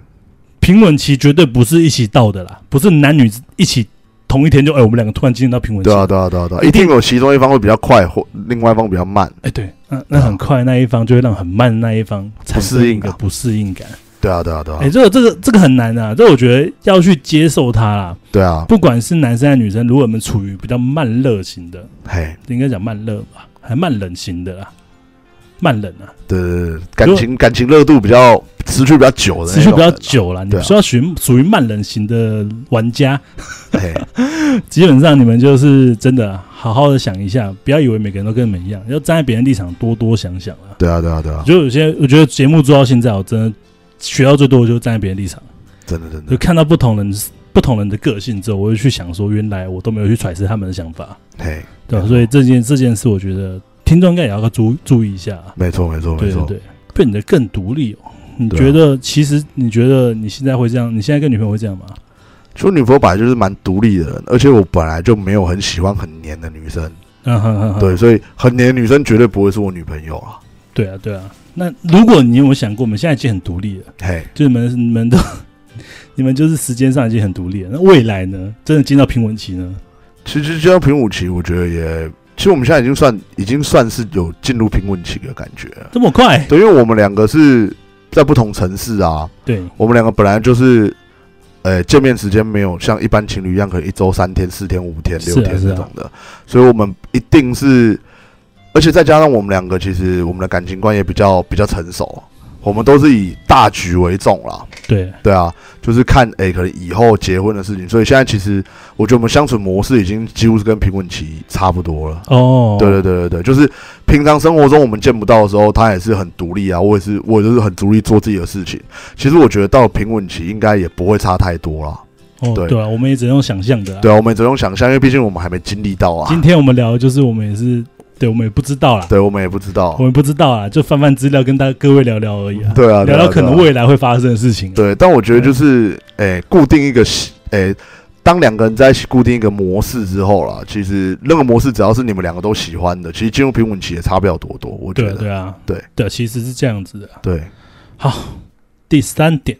[SPEAKER 1] 平稳期绝对不是一起到的啦，不是男女一起同一天就哎、我们两个突然进入到平稳期。
[SPEAKER 2] 对啊，对啊，对啊，对啊，
[SPEAKER 1] 一
[SPEAKER 2] 一
[SPEAKER 1] 定
[SPEAKER 2] 定有其中一方会比较快，或另外一方比较慢，
[SPEAKER 1] 哎、对，那那很快那一方就会让很慢的那一方产生一个不适应感。
[SPEAKER 2] 对啊，对啊，对啊
[SPEAKER 1] 哎、，这个这个这个很难啊，这我觉得要去接受它啦。
[SPEAKER 2] 对啊，
[SPEAKER 1] 不管是男生还是女生，如果我们处于比较慢热型的，
[SPEAKER 2] 嘿，
[SPEAKER 1] 应该讲慢热吧，还慢冷型的啦，慢冷啊，
[SPEAKER 2] 对对对，感情感情热度比较持续比较久的，
[SPEAKER 1] 持续比较，久啦。你
[SPEAKER 2] 对啊
[SPEAKER 1] 说要属于属于慢冷型的玩家，
[SPEAKER 2] 嘿，
[SPEAKER 1] 基本上你们就是真的好好的想一下，不要以为每个人都跟你们一样，要站在别人立场多多想想啊。
[SPEAKER 2] 对啊，对啊，对啊，
[SPEAKER 1] 就有些我觉得节目做到现在，我真的学到最多的就是站在别人立场。
[SPEAKER 2] 真的真
[SPEAKER 1] 就
[SPEAKER 2] 的，
[SPEAKER 1] 看到不同人不同人的个性之后，我就去想说，原来我都没有去揣测他们的想法，
[SPEAKER 2] 嘿，
[SPEAKER 1] 对吧、
[SPEAKER 2] 没错
[SPEAKER 1] 所以这件这件事，我觉得听众应该也要注注意一下啊，
[SPEAKER 2] 没错，没错，没
[SPEAKER 1] 对对
[SPEAKER 2] 错，
[SPEAKER 1] 对，变得更独立哦。你
[SPEAKER 2] 对啊
[SPEAKER 1] 觉得，其实你觉得你现在会这样？你现在跟女朋友会这样吗？
[SPEAKER 2] 就女朋友本来就是蛮独立的人，而且我本来就没有很喜欢很黏的女生，
[SPEAKER 1] 嗯哼哼哼，
[SPEAKER 2] 对，所以很黏的女生绝对不会是我女朋友啊，
[SPEAKER 1] 对啊对啊。那如果你有没有想过，我们现在已经很独立了，
[SPEAKER 2] 嘿，
[SPEAKER 1] 就你们你们都 你们就是时间上已经很独立了。那未来呢？真的进到平稳期呢？
[SPEAKER 2] 其实进到平稳期，我觉得也，其实我们现在已经算已经算是有进入平稳期的感觉了，
[SPEAKER 1] 这么快？
[SPEAKER 2] 对，因为我们两个是在不同城市啊，
[SPEAKER 1] 对，
[SPEAKER 2] 我们两个本来就是，呃、见面时间没有像一般情侣一样，可能一周三天、四天、五天、
[SPEAKER 1] 是啊
[SPEAKER 2] 六天
[SPEAKER 1] 是啊
[SPEAKER 2] 这种的，所以我们一定是，而且再加上我们两个其实我们的感情观也比较比较成熟，我们都是以大局为重啦，
[SPEAKER 1] 对，
[SPEAKER 2] 对啊，就是看诶、可能以后结婚的事情，所以现在其实我觉得我们相处模式已经几乎是跟平稳期差不多了。
[SPEAKER 1] 哦，
[SPEAKER 2] 对对对对对，就是平常生活中我们见不到的时候，他也是很独立啊，我也是我也就是很独立做自己的事情。其实我觉得到平稳期应该也不会差太多啦。
[SPEAKER 1] 哦
[SPEAKER 2] 对
[SPEAKER 1] 对啊，我们也只能用想象的啦。
[SPEAKER 2] 对啊，我们只用想象，因为毕竟我们还没经历到啊
[SPEAKER 1] 今，天我们聊的就是我们也是，对我们也不知道啦，
[SPEAKER 2] 对我们也不知道
[SPEAKER 1] 我。们不知道啦，就翻翻资料跟大家各位聊聊而已啊，
[SPEAKER 2] 对啊，对
[SPEAKER 1] 聊
[SPEAKER 2] 啊
[SPEAKER 1] 聊可能
[SPEAKER 2] 对啊
[SPEAKER 1] 未来会发生的事情啊。
[SPEAKER 2] 对，但我觉得就是诶、固定一个习诶、当两个人在一起固定一个模式之后啦，其实那个模式只要是你们两个都喜欢的，其实进入平稳期也差不了多多。我觉
[SPEAKER 1] 对啊，
[SPEAKER 2] 得，
[SPEAKER 1] 对啊，
[SPEAKER 2] 对
[SPEAKER 1] 对，其实是这样子的啊。
[SPEAKER 2] 对
[SPEAKER 1] 第三点，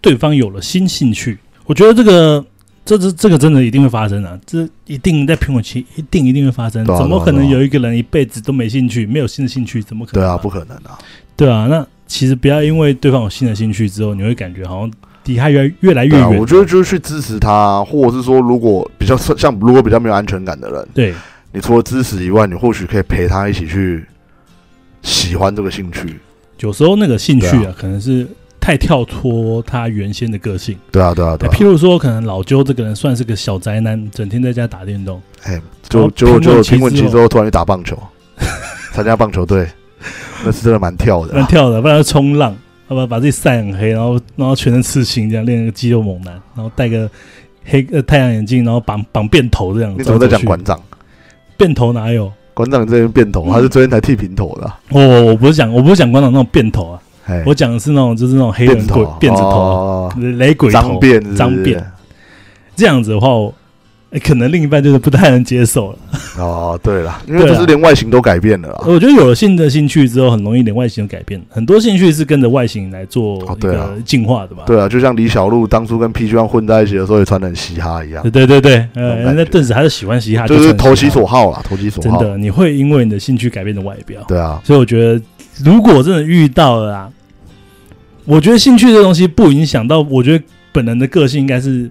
[SPEAKER 1] 对方有了新兴趣，我觉得这个。这这这个真的一定会发生啊！这一定在苹果期一定一定会发生，
[SPEAKER 2] 对啊
[SPEAKER 1] 怎么
[SPEAKER 2] 对啊
[SPEAKER 1] 可能
[SPEAKER 2] 对啊
[SPEAKER 1] 有一个人一辈子都没兴趣，没有新的兴趣？怎么可能
[SPEAKER 2] 对啊，
[SPEAKER 1] 发
[SPEAKER 2] 不可能啊，
[SPEAKER 1] 对啊，那其实不要因为对方有新的兴趣之后，你会感觉好像离他越来越来越
[SPEAKER 2] 对
[SPEAKER 1] 远
[SPEAKER 2] 啊，
[SPEAKER 1] 了。
[SPEAKER 2] 我觉得就是去支持他，啊或者是说，如果比较像如果比较没有安全感的人，
[SPEAKER 1] 对
[SPEAKER 2] 你除了支持以外，你或许可以陪他一起去喜欢这个兴趣。
[SPEAKER 1] 有时候那个兴趣
[SPEAKER 2] 对
[SPEAKER 1] 啊，可能是太跳脱他原先的个性。
[SPEAKER 2] 对啊，对啊，对啊
[SPEAKER 1] 譬，如说，可能老鸠这个人算是个小宅男，整天在家打电动，
[SPEAKER 2] 哎，
[SPEAKER 1] 然
[SPEAKER 2] 就
[SPEAKER 1] 后
[SPEAKER 2] 就
[SPEAKER 1] 平
[SPEAKER 2] 就
[SPEAKER 1] 稳期
[SPEAKER 2] 平稳期
[SPEAKER 1] 之后
[SPEAKER 2] 之后，突然去打 棒球，参加棒球队，那是真的蛮跳
[SPEAKER 1] 不
[SPEAKER 2] 的
[SPEAKER 1] 然
[SPEAKER 2] 啊。
[SPEAKER 1] 跳的，不然就冲浪，要不然把自己晒很黑，然后然后全身刺青，这样练个肌肉猛男，然后戴个黑呃太阳眼镜，然后绑绑辫头这样。
[SPEAKER 2] 你怎么在
[SPEAKER 1] 走来
[SPEAKER 2] 讲
[SPEAKER 1] 走去
[SPEAKER 2] 馆长？
[SPEAKER 1] 辫头哪有？
[SPEAKER 2] 馆长这边变头，
[SPEAKER 1] 嗯
[SPEAKER 2] 他是昨天才剃平头的啊。
[SPEAKER 1] 我、我我不是讲我不是讲馆长那种辫头啊，
[SPEAKER 2] 哎，
[SPEAKER 1] 我讲的是那种就是那种黑人
[SPEAKER 2] 辫
[SPEAKER 1] 鬼
[SPEAKER 2] 头啊，
[SPEAKER 1] 辫子头、
[SPEAKER 2] 哦，
[SPEAKER 1] 雷鬼
[SPEAKER 2] 脏
[SPEAKER 1] 头。
[SPEAKER 2] 辫，
[SPEAKER 1] 脏辫。这样子的话，我欸可能另一半就是不太能接受了。
[SPEAKER 2] 哦，对了，因为
[SPEAKER 1] 对啊
[SPEAKER 2] 就是连外形都改变了啦。
[SPEAKER 1] 呃我觉得有了新的兴趣之后，很容易连外形都改变。很多兴趣是跟着外形来做
[SPEAKER 2] 哦
[SPEAKER 1] 一
[SPEAKER 2] 对啊
[SPEAKER 1] 个进化的吧？
[SPEAKER 2] 对啊，就像李小璐当初跟 PG One 混在一起的时候，也穿的很嘻哈一样，
[SPEAKER 1] 对对对对，呃，
[SPEAKER 2] 那种感
[SPEAKER 1] 人家
[SPEAKER 2] 觉
[SPEAKER 1] 顿时还是喜欢嘻哈，
[SPEAKER 2] 就是
[SPEAKER 1] 穿
[SPEAKER 2] 投其
[SPEAKER 1] 嘻哈。
[SPEAKER 2] 所好啦，投其所
[SPEAKER 1] 真
[SPEAKER 2] 好。
[SPEAKER 1] 的，你会因为你的兴趣改变的外表。
[SPEAKER 2] 对啊，
[SPEAKER 1] 所以我觉得，如果真的遇到了啊，我觉得兴趣这东西不影响到，我觉得本人的个性应该是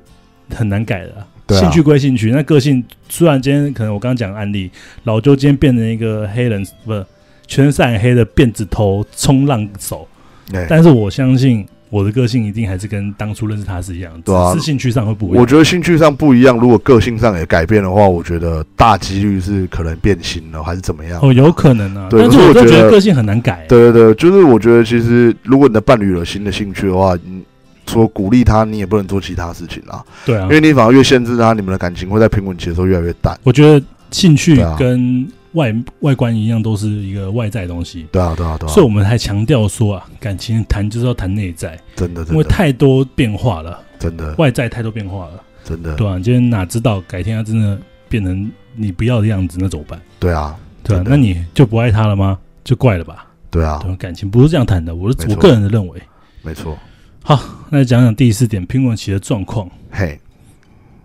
[SPEAKER 1] 很难改的啊、
[SPEAKER 2] 对啊
[SPEAKER 1] 兴趣归兴趣，那个性虽然今天可能我刚刚讲的案例，老周今天变成一个黑人，不是全身晒很黑的辫子头冲浪手，
[SPEAKER 2] 哎，
[SPEAKER 1] 但是我相信我的个性一定还是跟当初认识他是一样的，
[SPEAKER 2] 对啊
[SPEAKER 1] 只是兴趣上会不一
[SPEAKER 2] 我
[SPEAKER 1] 样。
[SPEAKER 2] 觉得兴趣上不一样，如果个性上也改变的话，我觉得大几率是可能变形了，还是怎么样？
[SPEAKER 1] 哦，有可能啊，
[SPEAKER 2] 对
[SPEAKER 1] 但是我真
[SPEAKER 2] 可是我
[SPEAKER 1] 的觉得
[SPEAKER 2] 觉得
[SPEAKER 1] 个性很难改、啊
[SPEAKER 2] 对对对，就是我觉得其实如果你的伴侣有新的兴趣的话，你除了鼓励他，你也不能做其他事情啦，
[SPEAKER 1] 对啊
[SPEAKER 2] 因，为你反而越限制他，你们的感情会在平稳期的时候越来越淡。
[SPEAKER 1] 我觉得兴趣
[SPEAKER 2] 对啊
[SPEAKER 1] 跟外外观一样都是一个外在的东西，
[SPEAKER 2] 对啊，对啊，对啊
[SPEAKER 1] 嗯所以，我们还强调说啊，感情谈就是要谈内在，
[SPEAKER 2] 真的，真
[SPEAKER 1] 因为
[SPEAKER 2] 的，
[SPEAKER 1] 太多变化了，
[SPEAKER 2] 真的，
[SPEAKER 1] 外在太多变化了，
[SPEAKER 2] 真的，
[SPEAKER 1] 对啊，你今天哪知道改天他真的变成你不要的样子，那怎么办？
[SPEAKER 2] 对啊，
[SPEAKER 1] 对啊
[SPEAKER 2] 真，的
[SPEAKER 1] 那你就不爱他了吗？就怪了吧？
[SPEAKER 2] 对啊
[SPEAKER 1] 对，吧？感情不是这样谈的，我
[SPEAKER 2] 没
[SPEAKER 1] 是
[SPEAKER 2] 错
[SPEAKER 1] 我个人的认为。
[SPEAKER 2] 没错，
[SPEAKER 1] 好，那讲讲第四点，平稳期的状况，
[SPEAKER 2] 嘿，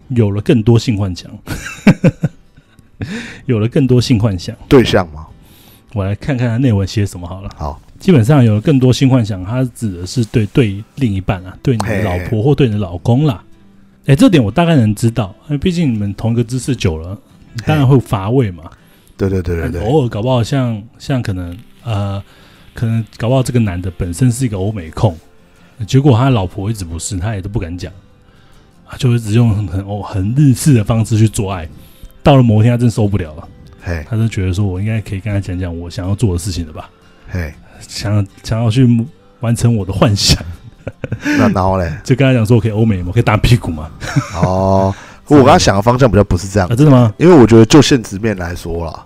[SPEAKER 1] 有了更多性幻想， 有了更多性幻想。
[SPEAKER 2] 对象嘛，
[SPEAKER 1] 我来看看它内文写什么好了。
[SPEAKER 2] 好，
[SPEAKER 1] 基本上有了更多性幻想，它指的是对对另一半啊，对你的老婆或对你的老公啦。哎，这点我大概能知道，因为毕竟你们同一个姿势久了，你当然会乏味嘛。
[SPEAKER 2] 对对对对
[SPEAKER 1] 但
[SPEAKER 2] 对，
[SPEAKER 1] 嗯偶尔搞不好像像可能呃，可能搞不好这个男的本身是一个欧美控，结果他老婆一直不是，他也都不敢讲，他就会只用很很哦很日式的方式去做爱。到了某一天，他真受不了了，
[SPEAKER 2] 嘿，
[SPEAKER 1] 他就觉得说我应该可以跟他讲讲我想要做的事情了吧，
[SPEAKER 2] 嘿，
[SPEAKER 1] 想想要去完成我的幻想，
[SPEAKER 2] 那然后嘞，
[SPEAKER 1] 就跟他讲说我可以欧美吗？我可以打屁股吗？
[SPEAKER 2] 哦，我刚刚想的方向比较不是这样
[SPEAKER 1] 啊，，真的吗？
[SPEAKER 2] 因为我觉得就现实面来说啦，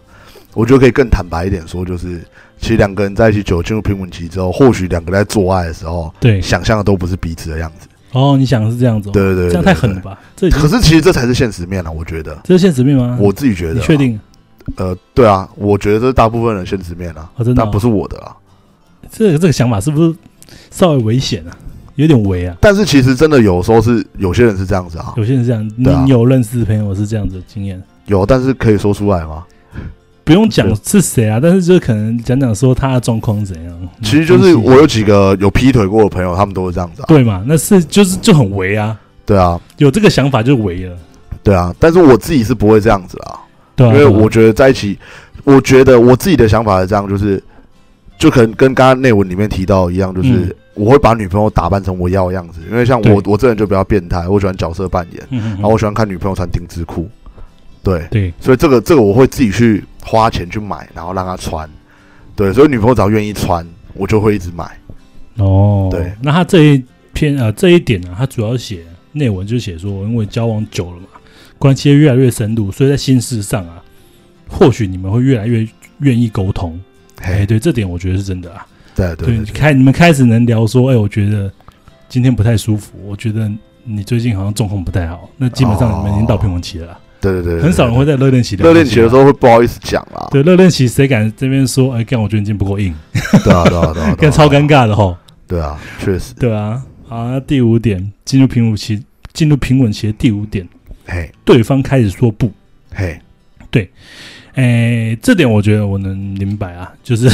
[SPEAKER 2] 我觉得可以更坦白一点说，就是其实两个人在一起久，进入平稳期之后，或许两个在做爱的时候，
[SPEAKER 1] 对，
[SPEAKER 2] 想象的都不是彼此的样子。
[SPEAKER 1] 哦，你想的是这样子、哦，
[SPEAKER 2] 对对对，
[SPEAKER 1] 这样
[SPEAKER 2] 对
[SPEAKER 1] 太狠了。吧？这已
[SPEAKER 2] 对
[SPEAKER 1] 经
[SPEAKER 2] 可是其实这才是现实面了，我觉得，
[SPEAKER 1] 这是现实面吗？
[SPEAKER 2] 我自己觉得啊
[SPEAKER 1] 你
[SPEAKER 2] 啦。
[SPEAKER 1] 确定？
[SPEAKER 2] 呃，对啊，我觉得这是大部分人现实面啊，
[SPEAKER 1] 哦，真的、
[SPEAKER 2] 但
[SPEAKER 1] 哦、
[SPEAKER 2] 不是我的啦。
[SPEAKER 1] 这个这个想法是不是稍微危险啊？有点危啊。
[SPEAKER 2] 但是其实真的有时候是有些人是这样子啊，
[SPEAKER 1] 有些人是这样，你
[SPEAKER 2] 对啊
[SPEAKER 1] 你有认识的朋友是这样子的经验，
[SPEAKER 2] 有，但是可以说出来吗？
[SPEAKER 1] 不用讲是谁啊，但是就是可能讲讲说他的状况怎样。
[SPEAKER 2] 其实就是
[SPEAKER 1] 嗯
[SPEAKER 2] 我有几个有劈腿过的朋友，他们都是这样子啊。
[SPEAKER 1] 对嘛，那是就是就很危啊，
[SPEAKER 2] 对啊，
[SPEAKER 1] 有这个想法就危了，
[SPEAKER 2] 对啊，但是我自己是不会这样子啊。
[SPEAKER 1] 对啊，
[SPEAKER 2] 因为
[SPEAKER 1] 对啊
[SPEAKER 2] 我觉得在一起，我觉得我自己的想法是这样，就是就可能跟刚刚内文里面提到一样，就是、
[SPEAKER 1] 嗯
[SPEAKER 2] 我会把女朋友打扮成我要的样子，因为像
[SPEAKER 1] 对
[SPEAKER 2] 我我这人就比较变态，我喜欢角色扮演，
[SPEAKER 1] 嗯嗯嗯
[SPEAKER 2] 然后我喜欢看女朋友穿丁字裤，对，
[SPEAKER 1] 对
[SPEAKER 2] 所以这个这个我会自己去花钱去买，然后让她穿，对，所以女朋友只要愿意穿，我就会一直买，
[SPEAKER 1] 哦，
[SPEAKER 2] 对。
[SPEAKER 1] 那他这一篇呃这一点呢、他主要写内文就写说，因为交往久了嘛，关系越来越深入，所以在心事上啊，或许你们会越来越愿意沟通。哎、
[SPEAKER 2] 嘿，
[SPEAKER 1] 对，这点我觉得是真的啊。
[SPEAKER 2] 对对
[SPEAKER 1] 对，
[SPEAKER 2] 对
[SPEAKER 1] 你开你们开始能聊说，哎、我觉得今天不太舒服，我觉得你最近好像状况不太好。那基本上你们已经到平衡期了啊、
[SPEAKER 2] 对哦对对对，
[SPEAKER 1] 很少人会在热恋期聊
[SPEAKER 2] 热恋
[SPEAKER 1] 这些
[SPEAKER 2] 期的
[SPEAKER 1] 啊
[SPEAKER 2] 时。候会不好意思讲啦，
[SPEAKER 1] 对热恋期，谁敢这边说？哎，干，我觉得你今天不够硬，
[SPEAKER 2] 对啊对啊对啊，对
[SPEAKER 1] 干
[SPEAKER 2] 啊
[SPEAKER 1] 超尴，尬的吼。
[SPEAKER 2] 对啊，确实，
[SPEAKER 1] 对啊，好，那第五点，进入平稳期，进入平稳期的第五点，
[SPEAKER 2] 嘿
[SPEAKER 1] 对方开始说不，
[SPEAKER 2] 嘿，
[SPEAKER 1] 哎，这点我觉得我能明白啊，就是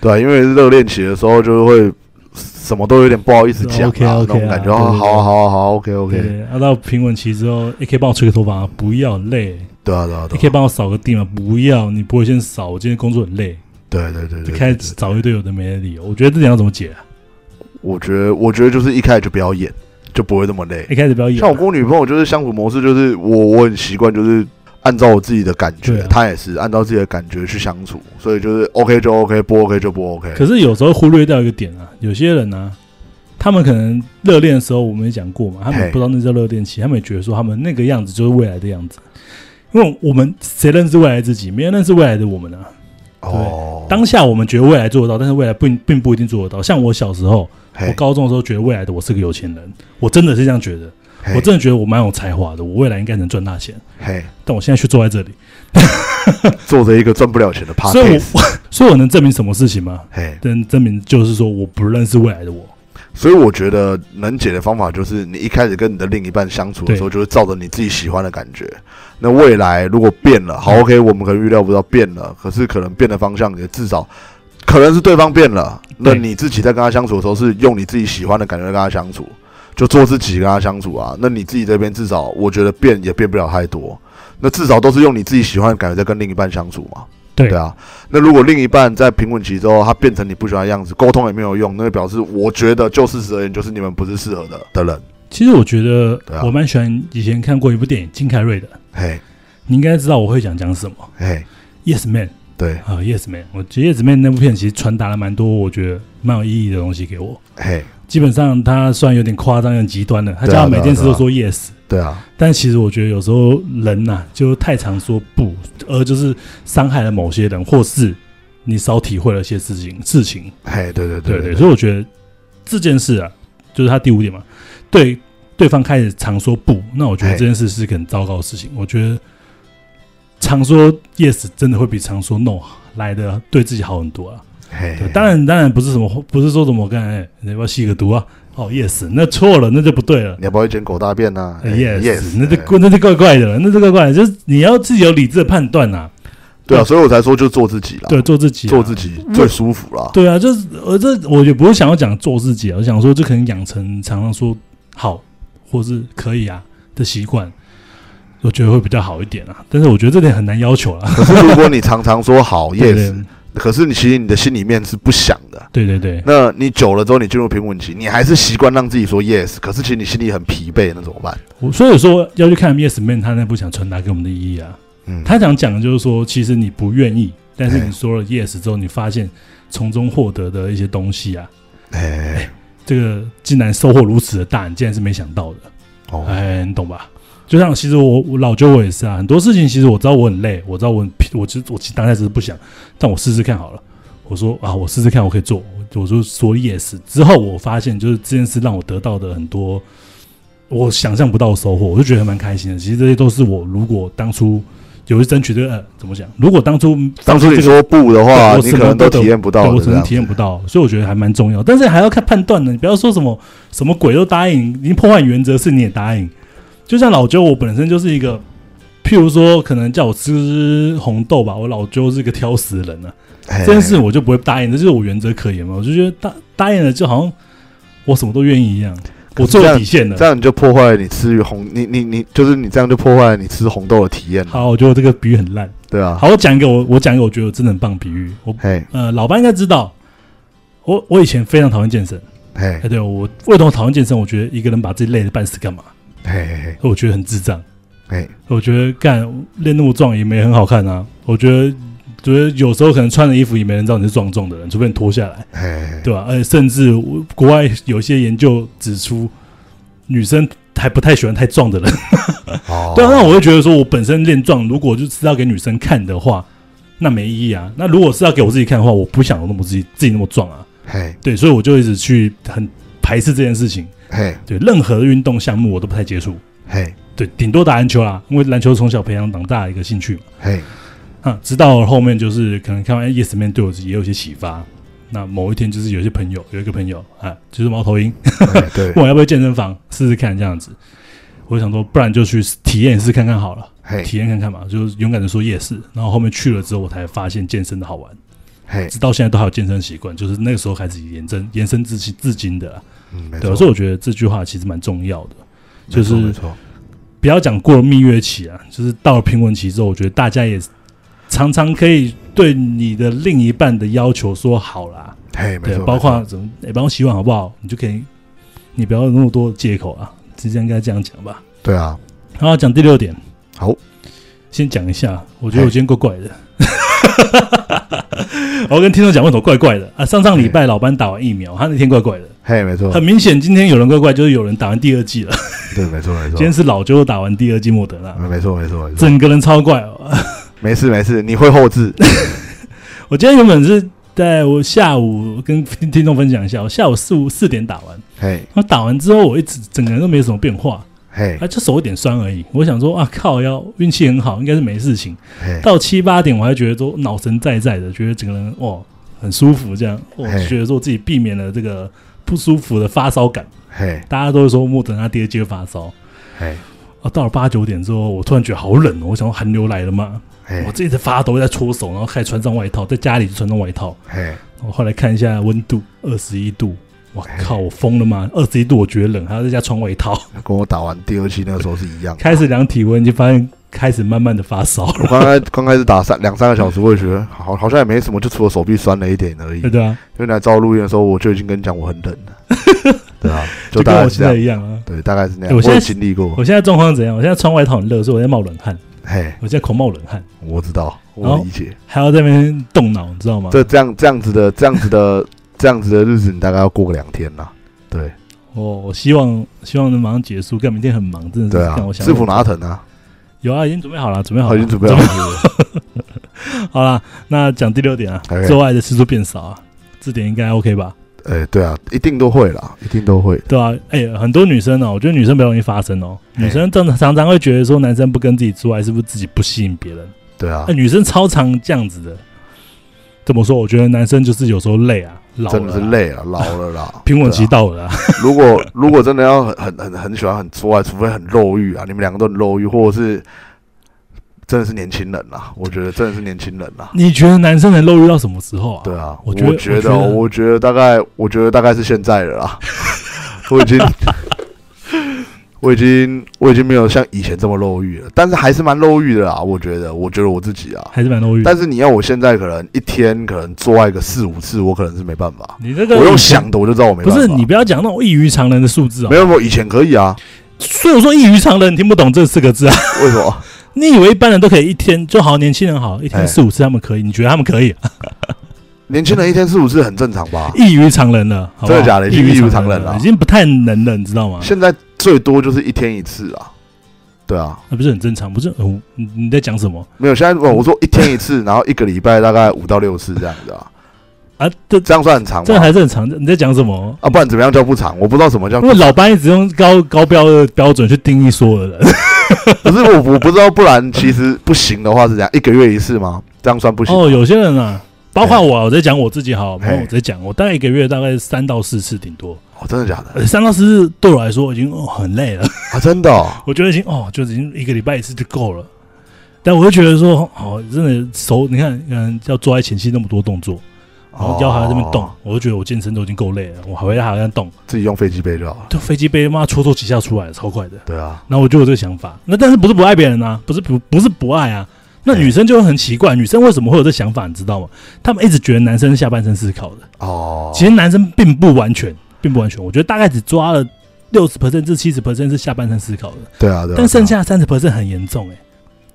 [SPEAKER 2] 对啊，因为热恋期的时候就会什么都有点不好意思讲、啊
[SPEAKER 1] OK，OK
[SPEAKER 2] 那种感觉，
[SPEAKER 1] 啊
[SPEAKER 2] 哦
[SPEAKER 1] 对对对
[SPEAKER 2] 好啊好啊好啊，OK OK，
[SPEAKER 1] 对
[SPEAKER 2] 对
[SPEAKER 1] 对， 啊到平稳期之后，哎你可以帮我吹个头发吗，不要很累，
[SPEAKER 2] 啊对啊
[SPEAKER 1] 你可
[SPEAKER 2] 对
[SPEAKER 1] 以
[SPEAKER 2] 啊，
[SPEAKER 1] 帮我扫个地吗？不要，你不会先扫，我今天工作很累，
[SPEAKER 2] 对对对
[SPEAKER 1] 就
[SPEAKER 2] 对
[SPEAKER 1] 开
[SPEAKER 2] 对，
[SPEAKER 1] 始找一堆有的没的理由。我觉得这点要怎么解啊？
[SPEAKER 2] 我觉得我觉得就是一开始就不要演，就不会那么累
[SPEAKER 1] 一。开始不要演
[SPEAKER 2] 像我
[SPEAKER 1] 啊，
[SPEAKER 2] 跟我女朋友就是相处模式，就是我我很习惯就是按照我自己的感觉，
[SPEAKER 1] 对啊
[SPEAKER 2] 她也是按照自己的感觉去相处，所以就是 OK 就 OK，不 OK 就不 OK。
[SPEAKER 1] 可是有时候忽略掉一个点啊，有些人呢、他们可能热恋的时候，我们也讲过嘛，他们
[SPEAKER 2] 嘿
[SPEAKER 1] 不知道那叫热恋期，他们也觉得说他们那个样子就是未来的样子。因为我们谁认识未来自己？没人认识未来的我们啊。
[SPEAKER 2] 哦，
[SPEAKER 1] 当下我们觉得未来做得到，但是未来并并不一定做得到。像我小时候，我
[SPEAKER 2] 嘿
[SPEAKER 1] 高中的时候觉得未来的我是个有钱人，我真的是这样觉得，
[SPEAKER 2] 嘿
[SPEAKER 1] 我真的觉得我蛮有才华的，我未来应该能赚大钱。
[SPEAKER 2] 嘿
[SPEAKER 1] 但我现在却坐在这里，
[SPEAKER 2] 做着一个赚不了钱的 p a r
[SPEAKER 1] 所
[SPEAKER 2] t
[SPEAKER 1] 以
[SPEAKER 2] y
[SPEAKER 1] 我 所以我能证明什么事情吗？
[SPEAKER 2] 嘿，
[SPEAKER 1] 能证明就是说我不认识未来的我。
[SPEAKER 2] 所以我觉得能解的方法就是，你一开始跟你的另一半相处的时候，就是照着你自己喜欢的感觉。那未来如果变了，好 OK，我们可能预料不到变了，可是可能变的方向也至少可能是对方变了。那
[SPEAKER 1] 对
[SPEAKER 2] 你自己在跟他相处的时候，是用你自己喜欢的感觉跟他相处，就做自己跟他相处啊。那你自己这边至少我觉得变也变不了太多。那至少都是用你自己喜欢的感觉在跟另一半相处嘛。
[SPEAKER 1] 对
[SPEAKER 2] 对啊，那如果另一半在平稳期之后，他变成你不喜欢的样子，沟通也没有用，那就表示我觉得就事实而言，就是你们不是适合的的人。
[SPEAKER 1] 其实我觉得
[SPEAKER 2] 对啊
[SPEAKER 1] 我蛮喜欢以前看过一部电影金凯瑞的，
[SPEAKER 2] 嘿，
[SPEAKER 1] 你应该知道我会想讲什么。
[SPEAKER 2] 嘿，
[SPEAKER 1] Yes Man
[SPEAKER 2] 对，
[SPEAKER 1] 啊、y e s Man，我觉得 Yes Man 那部片其实传达了蛮多我觉得蛮有意义的东西给我。
[SPEAKER 2] 嘿，
[SPEAKER 1] 基本上他虽然有点夸张、有点极端了，他叫
[SPEAKER 2] 对啊
[SPEAKER 1] 他每
[SPEAKER 2] 对啊
[SPEAKER 1] 件事
[SPEAKER 2] 对
[SPEAKER 1] 都
[SPEAKER 2] 啊
[SPEAKER 1] 说 yes，、
[SPEAKER 2] 对啊，
[SPEAKER 1] 但其实我觉得有时候人呐、就太常说不，而就是伤害了某些人，或是你少体会了一些事情事情。
[SPEAKER 2] 嘿，对对
[SPEAKER 1] 对
[SPEAKER 2] 对
[SPEAKER 1] 对，所以我觉得这件事啊，就是他第五点嘛，对对方开始常说不，那我觉得
[SPEAKER 2] 嘿
[SPEAKER 1] 这件事是一个很糟糕的事情。我觉得常说 yes 真的会比常说 no 来的对自己好很多啊。
[SPEAKER 2] 嘿
[SPEAKER 1] 对，，当然当然不是什么，不是说什么我刚才哎你要不要吸个毒啊？哦 yes，那错了，那就不对了。
[SPEAKER 2] 你要不要一间狗大便呢、
[SPEAKER 1] 呃
[SPEAKER 2] 嘿
[SPEAKER 1] yes，,
[SPEAKER 2] 哎 yes，
[SPEAKER 1] 那就
[SPEAKER 2] 嘿
[SPEAKER 1] 怪那就怪怪的了，那就怪怪的，就是你要自己有理智的判断呐、
[SPEAKER 2] 对啊，所以我才说就做自己啦，
[SPEAKER 1] 对，做自己、啊
[SPEAKER 2] 做自。己最舒服啦。
[SPEAKER 1] 对啊，就是我这我也不会想要讲做自己啊，我想说这可能养成常常说好或是可以啊的习惯，我觉得会比较好一点啊。但是我觉得这点很难要求啊。
[SPEAKER 2] 可是如果你常常说好
[SPEAKER 1] 对
[SPEAKER 2] yes，可是你其实你的心里面是不想的。
[SPEAKER 1] 对对对，
[SPEAKER 2] 那你久了之后，你进入平稳期，你还是习惯让自己说 yes，可是其实你心里很疲惫，那怎么办？
[SPEAKER 1] 我所以说要去看 Yes Man 他那部想传达给我们的意义啊。
[SPEAKER 2] 嗯，
[SPEAKER 1] 他想讲的就是说，其实你不愿意，但是
[SPEAKER 2] 哎
[SPEAKER 1] 你说了 yes 之后，你发现从中获得的一些东西啊，
[SPEAKER 2] 哎，
[SPEAKER 1] 这个竟然收获如此的大，你竟然是没想到的。
[SPEAKER 2] 哦，
[SPEAKER 1] 哎，你懂吧？就像其实我我老舅我也是啊，很多事情其实我知道我很累，我知道我很疲我其实我其实当下只是不想，但我试试看好了。我说啊，我试试看，我可以做，我我就说 yes。之后我发现就是这件事让我得到的很多我想象不到的收获，我就觉得还蛮开心的。其实这些都是我如果当初有去争取这个、呃、怎么讲，如果当初
[SPEAKER 2] 当初你说不的话，
[SPEAKER 1] 对我
[SPEAKER 2] 你
[SPEAKER 1] 什
[SPEAKER 2] 可
[SPEAKER 1] 么
[SPEAKER 2] 能都
[SPEAKER 1] 都
[SPEAKER 2] 体验不
[SPEAKER 1] 对
[SPEAKER 2] 到
[SPEAKER 1] 我
[SPEAKER 2] 的
[SPEAKER 1] 只
[SPEAKER 2] 这
[SPEAKER 1] 能
[SPEAKER 2] 样
[SPEAKER 1] 体验
[SPEAKER 2] 子。
[SPEAKER 1] 不到，所以我觉得还蛮重要。但是还要看判断的，你不要说什么什么鬼都答应，你破坏原则是你也答应。就像老周，我本身就是一个，譬如说可能叫我吃红豆吧，我老周是一个挑食人啊，
[SPEAKER 2] 哎
[SPEAKER 1] 这件事我就不会答应，这就是我原则可言嘛。我就觉得答答应了，就好像我什么都愿意一样，
[SPEAKER 2] 可
[SPEAKER 1] 我
[SPEAKER 2] 是
[SPEAKER 1] 做
[SPEAKER 2] 这
[SPEAKER 1] 有
[SPEAKER 2] 样
[SPEAKER 1] 底线
[SPEAKER 2] 这
[SPEAKER 1] 了。
[SPEAKER 2] 样你就破坏了你吃红，你你你，就是你这样就破坏了你吃红豆的体验了，
[SPEAKER 1] 好，我觉得这个比喻很烂。
[SPEAKER 2] 对啊。
[SPEAKER 1] 好，我讲一个我我讲一个我觉得我真的很棒比喻。我
[SPEAKER 2] 嘿，
[SPEAKER 1] 呃，老班应该知道，我我以前非常讨厌健身。
[SPEAKER 2] 嘿，
[SPEAKER 1] 哎，对我为什么讨厌健身？我觉得一个人把自己累得半死干嘛？
[SPEAKER 2] 嘿，嘿，
[SPEAKER 1] 我觉得很智障。
[SPEAKER 2] 嘿，
[SPEAKER 1] 我觉得干练那么壮也没很好看啊。我觉得觉得有时候可能穿的衣服也没人知道你是壮壮的人，除非你脱下来，
[SPEAKER 2] 嘿，
[SPEAKER 1] 对吧、而且甚至我国外有一些研究指出，女生还不太喜欢太壮的人。
[SPEAKER 2] 哦，
[SPEAKER 1] 对啊，那我会觉得说我本身练壮，如果就是要给女生看的话，那没意义啊。那如果是要给我自己看的话，我不想那么自己自己那么壮啊。
[SPEAKER 2] 嘿，
[SPEAKER 1] 对，所以我就一直去很排斥这件事情。
[SPEAKER 2] 嘿，
[SPEAKER 1] 对，任何运动项目我都不太接触。
[SPEAKER 2] 嘿，
[SPEAKER 1] 对，顶多打篮球啦，因为篮球从小培养长大的一个兴趣嘛。
[SPEAKER 2] 嘿，
[SPEAKER 1] 啊，直到后面就是可能看哎，E 完 Yes Man 对我也有一些启发。那某一天就是有一些朋友，有一个朋友啊，就是猫头鹰，
[SPEAKER 2] 嘿对
[SPEAKER 1] 问，我要不要健身房试试看这样子。我就想说，不然就去体验一次看看好了，
[SPEAKER 2] 嘿，
[SPEAKER 1] 体验看看嘛，就是勇敢的说 yes。然后后面去了之后，我才发现健身的好玩，
[SPEAKER 2] 嘿，
[SPEAKER 1] 直到现在都还有健身习惯，就是那个时候开始延伸延伸至今至今的啦。
[SPEAKER 2] 嗯，没
[SPEAKER 1] 对啊，
[SPEAKER 2] 错，
[SPEAKER 1] 所以我觉得这句话其实蛮重要的，就
[SPEAKER 2] 没错
[SPEAKER 1] 是
[SPEAKER 2] 没错，
[SPEAKER 1] 不要讲过了蜜月期啊，就是到了平稳期之后，我觉得大家也常常可以对你的另一半的要求说好啦，
[SPEAKER 2] 嘿，没
[SPEAKER 1] 对
[SPEAKER 2] 错，，
[SPEAKER 1] 包
[SPEAKER 2] 没
[SPEAKER 1] 括
[SPEAKER 2] 错
[SPEAKER 1] 怎么哎帮我洗碗好不好？你就可以，你不要有那么多借口啊，直接跟他这样讲吧。
[SPEAKER 2] 对啊，
[SPEAKER 1] 然后讲第六点，
[SPEAKER 2] 好，
[SPEAKER 1] 先讲一下，我觉得
[SPEAKER 2] 嘿
[SPEAKER 1] 我今天怪怪 的。我跟听众讲为什么怪怪的啊？上上礼拜老班打完疫苗，他那天怪怪的，
[SPEAKER 2] 嘿，没错
[SPEAKER 1] 很，明显今天有人怪怪，就是有人打完第二剂了。
[SPEAKER 2] 对，没错，没
[SPEAKER 1] 今天
[SPEAKER 2] 错，
[SPEAKER 1] 是老周打完第二剂莫德纳，
[SPEAKER 2] 嗯没错，没错，没错，
[SPEAKER 1] 整个人超怪、哦。
[SPEAKER 2] 没事，没事，你会 后置，
[SPEAKER 1] 我今天原本是在我下午跟 听听众分享一下，我下午四五四点打完，
[SPEAKER 2] 嘿，
[SPEAKER 1] 然后打完之后我一直整个人都没什么变化，
[SPEAKER 2] 嘿，
[SPEAKER 1] 啊，就手有点酸而已。我想说啊靠，要运气很好，应该是没事情。
[SPEAKER 2] 嘿，
[SPEAKER 1] 到七八点我还觉得说脑神在在的，觉得整个人哦很舒服，这样我、
[SPEAKER 2] 嘿
[SPEAKER 1] 哦、觉得说自己避免了这个不舒服的发烧感。
[SPEAKER 2] 嘿，
[SPEAKER 1] 大家都会说莫等他第二季会发烧。
[SPEAKER 2] 嘿，
[SPEAKER 1] 啊，到了八九点之后，我突然觉得好冷哦，我想说寒流来了嘛，我
[SPEAKER 2] 嘿，
[SPEAKER 1] 这一直发抖，在搓手，然后开始穿上外套，在家里就穿上外套。
[SPEAKER 2] 嘿，
[SPEAKER 1] 我后来看一下温度，二十一度，我
[SPEAKER 2] 哎
[SPEAKER 1] 靠，我疯了吗？二十一度我觉得冷，还要在家穿外 套。
[SPEAKER 2] 跟我打完第二期那个时候是一样的。
[SPEAKER 1] 开始量体温，就发现开始慢慢的发烧了，
[SPEAKER 2] 我刚开刚开始打三两三个小时，我也觉得好，好像也没什么，就除了手臂酸了一点而已
[SPEAKER 1] 对。对啊，
[SPEAKER 2] 因为你来找我录音的时候，我就已经跟你讲我很冷了， 对啊，
[SPEAKER 1] 就
[SPEAKER 2] 就
[SPEAKER 1] 跟
[SPEAKER 2] 大概
[SPEAKER 1] 我
[SPEAKER 2] 是
[SPEAKER 1] 现
[SPEAKER 2] 这
[SPEAKER 1] 在
[SPEAKER 2] 样，
[SPEAKER 1] 一样啊。
[SPEAKER 2] 对，大概是
[SPEAKER 1] 对
[SPEAKER 2] 那样。
[SPEAKER 1] 我现在
[SPEAKER 2] 也经历过
[SPEAKER 1] 我，现在状况是怎样？我现在穿外套很热，所以我在冒冷汗，
[SPEAKER 2] 嘿，
[SPEAKER 1] 我现在狂冒冷汗，
[SPEAKER 2] 我知道，
[SPEAKER 1] 然
[SPEAKER 2] 我
[SPEAKER 1] 后
[SPEAKER 2] 理解。
[SPEAKER 1] 还要在那边动脑，你知道吗？
[SPEAKER 2] 这这样这样子的这样子的这样子的日子，你大概要过个两天啦。对，
[SPEAKER 1] 我我希望希望能马上结束，干明天很忙，真的是。
[SPEAKER 2] 对啊
[SPEAKER 1] 干，我想
[SPEAKER 2] 是普拿疼啊，
[SPEAKER 1] 有啊，已经准备好了，准备好
[SPEAKER 2] 哦
[SPEAKER 1] 了，
[SPEAKER 2] 已经准备 好了。
[SPEAKER 1] 好啦，那讲第六点啊
[SPEAKER 2] OK
[SPEAKER 1] 做爱的次数变少啊，这点应该 OK 吧？
[SPEAKER 2] 哎，对啊，一定都会啦，一定都会。
[SPEAKER 1] 对啊，哎、很多女生哦，我觉得女生比较容易发生哦。
[SPEAKER 2] 嘿
[SPEAKER 1] 女生真的常常会觉得说，男生不跟自己做爱，是不是自己不吸引别人？
[SPEAKER 2] 对啊
[SPEAKER 1] 那、，女生超常这样子的。怎么说？我觉得男生就是有时候累啊，老了啊
[SPEAKER 2] 真的是，累了，老 了啦。
[SPEAKER 1] 平稳
[SPEAKER 2] 对啊
[SPEAKER 1] 期到了啊、
[SPEAKER 2] 如果如果真的要很很很很喜欢很做爱，除非很肉欲啊，你们两个都很肉欲，或者是真的是年轻人啦，我觉得真的是年轻人啦。
[SPEAKER 1] 你觉得男生能肉欲到什么时候啊？
[SPEAKER 2] 对啊，
[SPEAKER 1] 我
[SPEAKER 2] 我
[SPEAKER 1] 觉得
[SPEAKER 2] 觉
[SPEAKER 1] 我
[SPEAKER 2] 得
[SPEAKER 1] 觉得
[SPEAKER 2] 我觉得大概我觉得大概是现在了啦， 我已经。我已经我已经没有像以前这么肉欲了，但是还是蛮肉欲的啦。我觉得，我觉得我自己啊，
[SPEAKER 1] 还是蛮肉欲的。
[SPEAKER 2] 但是你要我现在可能一天可能做爱个四五次，我可能是没办法。
[SPEAKER 1] 你那个
[SPEAKER 2] 我用想的我就知道我没
[SPEAKER 1] 不
[SPEAKER 2] 办法。
[SPEAKER 1] 是你不要讲那种异于常人的数字哦。
[SPEAKER 2] 没有没有，以前可以啊，
[SPEAKER 1] 所以我说异于常人，你听不懂这四个字啊。
[SPEAKER 2] 为什么？
[SPEAKER 1] 你以为一般人都可以一天，就好年轻人好，一天
[SPEAKER 2] 哎
[SPEAKER 1] 四五次他们可以，你觉得他们可以啊？
[SPEAKER 2] 年轻人一天四五次很正常吧？
[SPEAKER 1] 异于常人了，好不好
[SPEAKER 2] 真的假的已
[SPEAKER 1] 异
[SPEAKER 2] 经
[SPEAKER 1] 于
[SPEAKER 2] 异于常人
[SPEAKER 1] 了，
[SPEAKER 2] 了
[SPEAKER 1] 已经不太能了，你知道吗？
[SPEAKER 2] 现在最多就是一天一次啊。对啊，
[SPEAKER 1] 那不是很正常？不是，哦你你在讲什么
[SPEAKER 2] 没有，现在我我说一天一 次，然后一个礼拜大概五到六次这样子啊，
[SPEAKER 1] 啊？这
[SPEAKER 2] 这样算很长
[SPEAKER 1] 这
[SPEAKER 2] 吗？
[SPEAKER 1] 还是很常，你在讲什么？
[SPEAKER 2] 啊，不然怎么样叫不长？我不知道什么叫
[SPEAKER 1] 因为老班一直用高高标的标准去定义所有人，
[SPEAKER 2] 不是我我不知道，不然其实不行的话是这样，一个月一次吗？这样算不行吗？
[SPEAKER 1] 哦，有些人啊，包括我啊，我在讲我自己好，
[SPEAKER 2] 嘿
[SPEAKER 1] 然后我在讲，我大概一个月大概三到四次顶多，
[SPEAKER 2] 哦，真的假的
[SPEAKER 1] 呃三到四次对我来说已经哦很累了，
[SPEAKER 2] 啊？真的哦，
[SPEAKER 1] 我觉得已经哦，就已经一个礼拜一次就够了。但我就觉得说，哦，真的手，你看，嗯，要做爱前期那么多动作，然后腰还在那边动，
[SPEAKER 2] 哦
[SPEAKER 1] 我就觉得我健身都已经够累了，我还会让它在那动，
[SPEAKER 2] 自己用飞机杯就好了。
[SPEAKER 1] 就飞机杯妈搓搓几下出来，超快的。
[SPEAKER 2] 对啊，
[SPEAKER 1] 然后我就有这个想法，那但是不是不爱别人啊？不是不不是不爱啊？那
[SPEAKER 2] 哎
[SPEAKER 1] 女生就会很奇怪，女生为什么会有这想法？你知道吗？她们一直觉得男生下半身思考的，
[SPEAKER 2] 哦，
[SPEAKER 1] 其实男生并不完全，并不完全。我觉得大概只抓了六十 percent 至七十 percent 是下半身思考的，
[SPEAKER 2] 对啊，对啊，
[SPEAKER 1] 但剩下三十 percent 很严重哎、欸。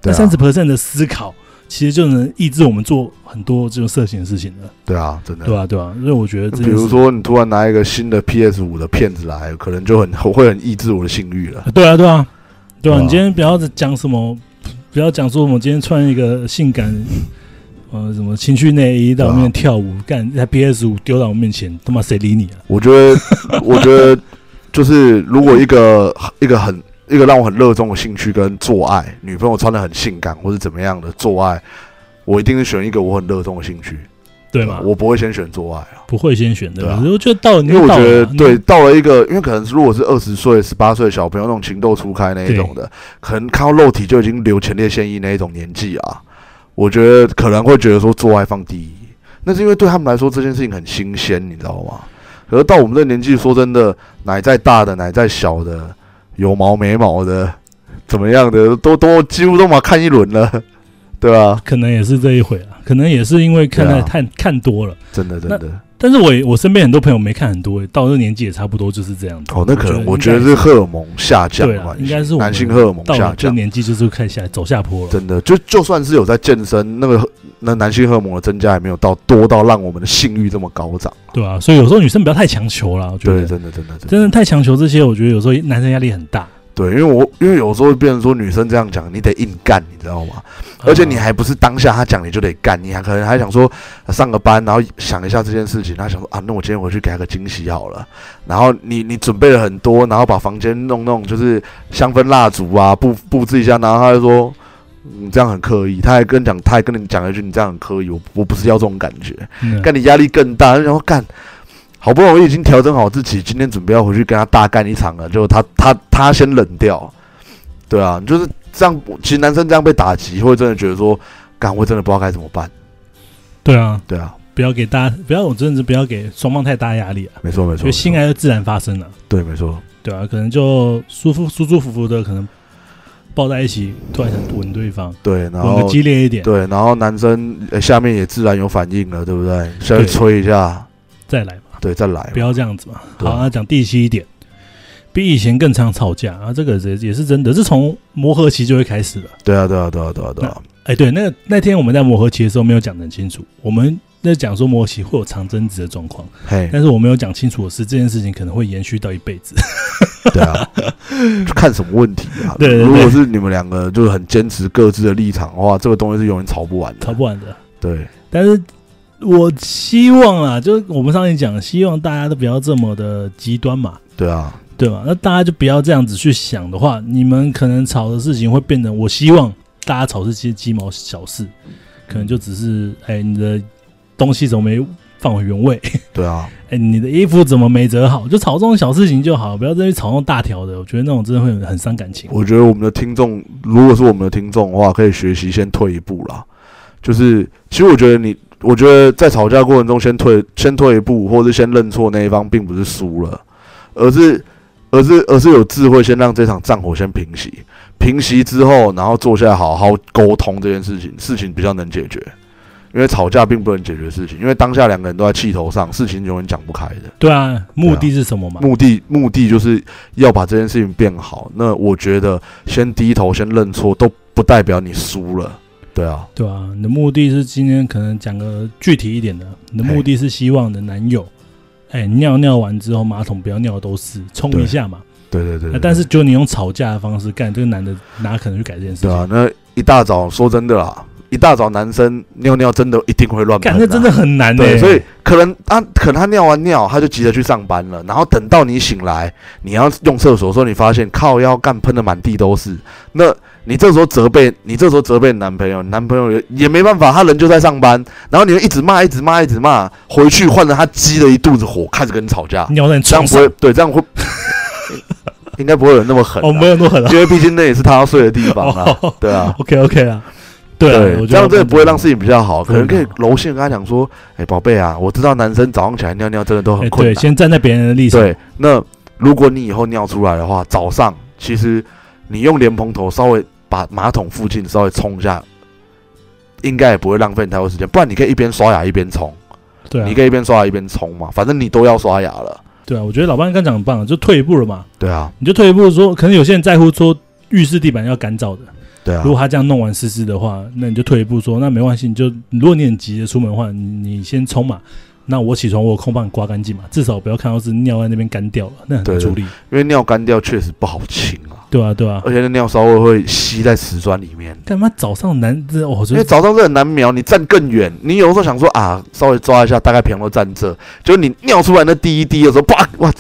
[SPEAKER 2] 对
[SPEAKER 1] 那
[SPEAKER 2] 啊
[SPEAKER 1] 三十 percent 的思考，其实就能抑制我们做很多这种色情的事情了，
[SPEAKER 2] 对啊，真的
[SPEAKER 1] 对。吧、对吧、所以我觉得这
[SPEAKER 2] 比
[SPEAKER 1] 件事，
[SPEAKER 2] 如说，你突然拿一个新的 PS 五的片子来，可能就很我会很抑制我的性欲了。
[SPEAKER 1] 呃，对啊，对啊，对啊。
[SPEAKER 2] 对啊
[SPEAKER 1] 你今天不要讲什么，不要讲说我们今天穿一个性感， 呃，什么情趣内衣到我面前跳舞，
[SPEAKER 2] 啊
[SPEAKER 1] 干在 PS 五丢到我面前，他妈谁理你啊？
[SPEAKER 2] 我觉得，我觉得就是如果一个 一个很一个让我很热衷的兴趣跟做爱，女朋友穿的很性感或是怎么样的做爱，我一定是选一个我很热衷的兴趣，
[SPEAKER 1] 对吗？
[SPEAKER 2] 我不会先选做爱啊，
[SPEAKER 1] 不会先选对吧？
[SPEAKER 2] 对
[SPEAKER 1] 我觉得到了
[SPEAKER 2] 因
[SPEAKER 1] 你
[SPEAKER 2] 为我
[SPEAKER 1] 到
[SPEAKER 2] 觉
[SPEAKER 1] 了
[SPEAKER 2] 得
[SPEAKER 1] 嘛，嗯
[SPEAKER 2] 对到了一个，因为可能如果是二十岁、十八岁小朋友那种情窦初开那一种的，可能看到肉体就已经流前列腺液那一种年纪啊，我觉得可能会觉得说做爱放第一，那是因为对他们来说这件事情很新鲜，你知道吗？可是到我们这年纪，说真的，奶再大的、奶再小的，有毛没毛的，怎么样的，都都几乎都嘛看一轮了， 对吧、
[SPEAKER 1] 可能也是这一回啊，可能也是因为看太
[SPEAKER 2] 对啊
[SPEAKER 1] 看看多了。
[SPEAKER 2] 真的真的，
[SPEAKER 1] 但是我也我身边很多朋友没看很多，欸到这年纪也差不多就是这样子。
[SPEAKER 2] 哦，那可能我
[SPEAKER 1] 我觉
[SPEAKER 2] 觉
[SPEAKER 1] 得
[SPEAKER 2] 得
[SPEAKER 1] 应该
[SPEAKER 2] 是荷尔蒙下降
[SPEAKER 1] 对
[SPEAKER 2] 的
[SPEAKER 1] 啊
[SPEAKER 2] 关，系，
[SPEAKER 1] 应该是我
[SPEAKER 2] 男性
[SPEAKER 1] 们
[SPEAKER 2] 荷尔蒙
[SPEAKER 1] 到
[SPEAKER 2] 下
[SPEAKER 1] 了这
[SPEAKER 2] 降
[SPEAKER 1] 个。年纪就是开始走下坡了。
[SPEAKER 2] 真的，就就算是有在健身，那个那男性荷尔蒙的增加也没有到多到让我们的性欲这么高涨。
[SPEAKER 1] 对啊，所以有时候女生不要太强求了，我觉
[SPEAKER 2] 对，
[SPEAKER 1] 得
[SPEAKER 2] 真的，真的，真的，
[SPEAKER 1] 真的太强求这些，我觉得有时候男生压力很大，
[SPEAKER 2] 对，因为我因为有时候变成说女生这样讲，你得硬干，你知道吗？而且你还不是当下她讲你就得干，你还可能还想说呃上个班，然后想一下这件事情，她想说啊，那我今天回去给她个惊喜好了。然后你你准备了很多，然后把房间弄弄，就是香氛蜡烛啊，布布置一下，然后她就说。你这样很刻意，她还跟讲，她还跟你讲了一句，你这样很刻意，我我不是要这种感觉，
[SPEAKER 1] 嗯
[SPEAKER 2] 干你压力更大，然后干，好不容易已经调整好自己，今天准备要回去跟他大干一场了，就他他他先冷掉，对啊，就是这样。其实男生这样被打击，会真的觉得说，干，我真的不知道该怎么办，
[SPEAKER 1] 对啊，
[SPEAKER 2] 对啊，
[SPEAKER 1] 不要给大家，不要我真的是不要给双方太大压力啊，
[SPEAKER 2] 没错没
[SPEAKER 1] 所以
[SPEAKER 2] 错，
[SPEAKER 1] 性爱就自然发生了，
[SPEAKER 2] 对没错，
[SPEAKER 1] 对啊，可能就舒服舒舒服服的，可能抱在一起，突然想吻对方，
[SPEAKER 2] 对，然
[SPEAKER 1] 吻
[SPEAKER 2] 后
[SPEAKER 1] 个激烈一点，
[SPEAKER 2] 对，然后男生、呃下面也自然有反应了，对不对？稍
[SPEAKER 1] 对
[SPEAKER 2] 微吹一下，
[SPEAKER 1] 再来嘛，
[SPEAKER 2] 对，再来
[SPEAKER 1] 不，要这样子嘛。
[SPEAKER 2] 哎对啊
[SPEAKER 1] 好，啊那讲第七点，比以前更常吵架啊，这个也也是真的，是从磨合期就会开始了。
[SPEAKER 2] 对啊对啊对啊对啊对啊，
[SPEAKER 1] 哎，对，那那天我们在磨合期的时候没有讲得很清楚，我们在讲说摩羯会有长争执的状况，
[SPEAKER 2] 嘿，
[SPEAKER 1] 但是我没有讲清楚的是，这件事情可能会延续到一辈子。
[SPEAKER 2] 对啊，就看什么问题啊。
[SPEAKER 1] 对对对
[SPEAKER 2] 如果是你们两个就是很坚持各自的立场的话，这个东西是永远吵不完的。
[SPEAKER 1] 吵不完的。
[SPEAKER 2] 对，
[SPEAKER 1] 但是我希望啊，就是我们上一讲，希望大家都不要这么的极端嘛，
[SPEAKER 2] 对啊，
[SPEAKER 1] 对吧？那大家就不要这样子去想的话，你们可能吵的事情会变成，我希望大家吵是些鸡毛小事，可能就只是，哎，你的东西怎么没放回原位？
[SPEAKER 2] 对啊，
[SPEAKER 1] 哎，你的衣服怎么没折好？就吵这种小事情就好，不要再去吵那种大条的。我觉得那种真的会很很伤感情。
[SPEAKER 2] 我觉得我们的听众，如果是我们的听众的话，可以学习先退一步啦。就是，其实我觉得你，我觉得在吵架过程中先退，先退一步，或是先认错那一方，并不是输了，而是，而是，而是有智慧先让这场战火先平息，平息之后，然后坐下来好好沟通这件事情，事情比较能解决。因为吵架并不能解决事情，因为当下两个人都在气头上，事情永远讲不开的。
[SPEAKER 1] 对啊，目的是什么嘛？
[SPEAKER 2] 目的目的就是要把这件事情变好。那我觉得先低头先认错，都不代表你输了。对啊，
[SPEAKER 1] 对啊，你的目的是今天可能讲个具体一点的，你的目的是希望你的男友，哎，尿尿完之后马桶不要尿都是，冲一下嘛。
[SPEAKER 2] 对对对
[SPEAKER 1] 啊但是就你用吵架的方式干，这个男的哪可能去改这件事
[SPEAKER 2] 对
[SPEAKER 1] 情？
[SPEAKER 2] 啊，那一大早说真的啦，一大早男生尿尿真的一定会乱喷、
[SPEAKER 1] 干
[SPEAKER 2] 啊，
[SPEAKER 1] 那真的很难的、
[SPEAKER 2] 对，所以啊可能他可能他尿完尿，他就急着去上班了，然后等到你醒来，你要用厕所的时候，你发现靠腰干喷的满地都是，那你这时候责备你这时候责备男朋友，男朋友也也没办法，他人就在上班，然后你们一直骂一直骂一直骂，回去换了他积了一肚子火，开始跟你吵架，
[SPEAKER 1] 尿在你
[SPEAKER 2] 这
[SPEAKER 1] 床
[SPEAKER 2] 样
[SPEAKER 1] 嗯
[SPEAKER 2] 不
[SPEAKER 1] 上
[SPEAKER 2] 会，对这样会 应该不会有那 么狠、
[SPEAKER 1] 哦，没
[SPEAKER 2] 啊，
[SPEAKER 1] 有那么狠啊。
[SPEAKER 2] 因为毕竟那也是他要睡的地方啊，
[SPEAKER 1] 哦
[SPEAKER 2] 对啊。
[SPEAKER 1] OK OK 啊，对啊，我觉得啊
[SPEAKER 2] 这样真的不会让
[SPEAKER 1] 自
[SPEAKER 2] 事情比较好，可能可以
[SPEAKER 1] 不
[SPEAKER 2] 柔性跟他讲说，哎、宝贝啊，我知道男生早上起来尿尿真的都很困
[SPEAKER 1] 哎对，
[SPEAKER 2] 难，
[SPEAKER 1] 先站在别人的立场，
[SPEAKER 2] 对，那如果你以后尿出来的话，早上其实你用莲蓬头稍微把马桶附近稍微冲一下，应该也不会浪费你太多时间，不然你可以一边刷牙一边冲，
[SPEAKER 1] 对啊
[SPEAKER 2] 你，可以一边刷牙一边冲嘛，反正你都要刷牙了，
[SPEAKER 1] 对啊，我觉得老班刚讲得很棒，就退一步了嘛，
[SPEAKER 2] 对啊，
[SPEAKER 1] 你就退一步说，可能有些人在乎说浴室地板要干燥的。
[SPEAKER 2] 对啊
[SPEAKER 1] 如，果他这样弄完湿湿的话，那你就退一步说，那没关系，你就如果你很急着出门的话，你你先冲嘛。那我起床，我有空帮你刮干净嘛，至少不要看到是尿在那边干掉了，那很难
[SPEAKER 2] 对
[SPEAKER 1] 处理，
[SPEAKER 2] 因为尿干掉确实不好清啊，
[SPEAKER 1] 对啊，对啊。
[SPEAKER 2] 而且那尿骚味会吸在瓷砖里面。
[SPEAKER 1] 干嘛早上男这哦我
[SPEAKER 2] 因
[SPEAKER 1] 觉
[SPEAKER 2] 为
[SPEAKER 1] 得
[SPEAKER 2] 早上是很难瞄，你站更远，你有时候想说啊，稍微抓一下，大概平都站这，就你尿出来那第一滴的时候，啪哇，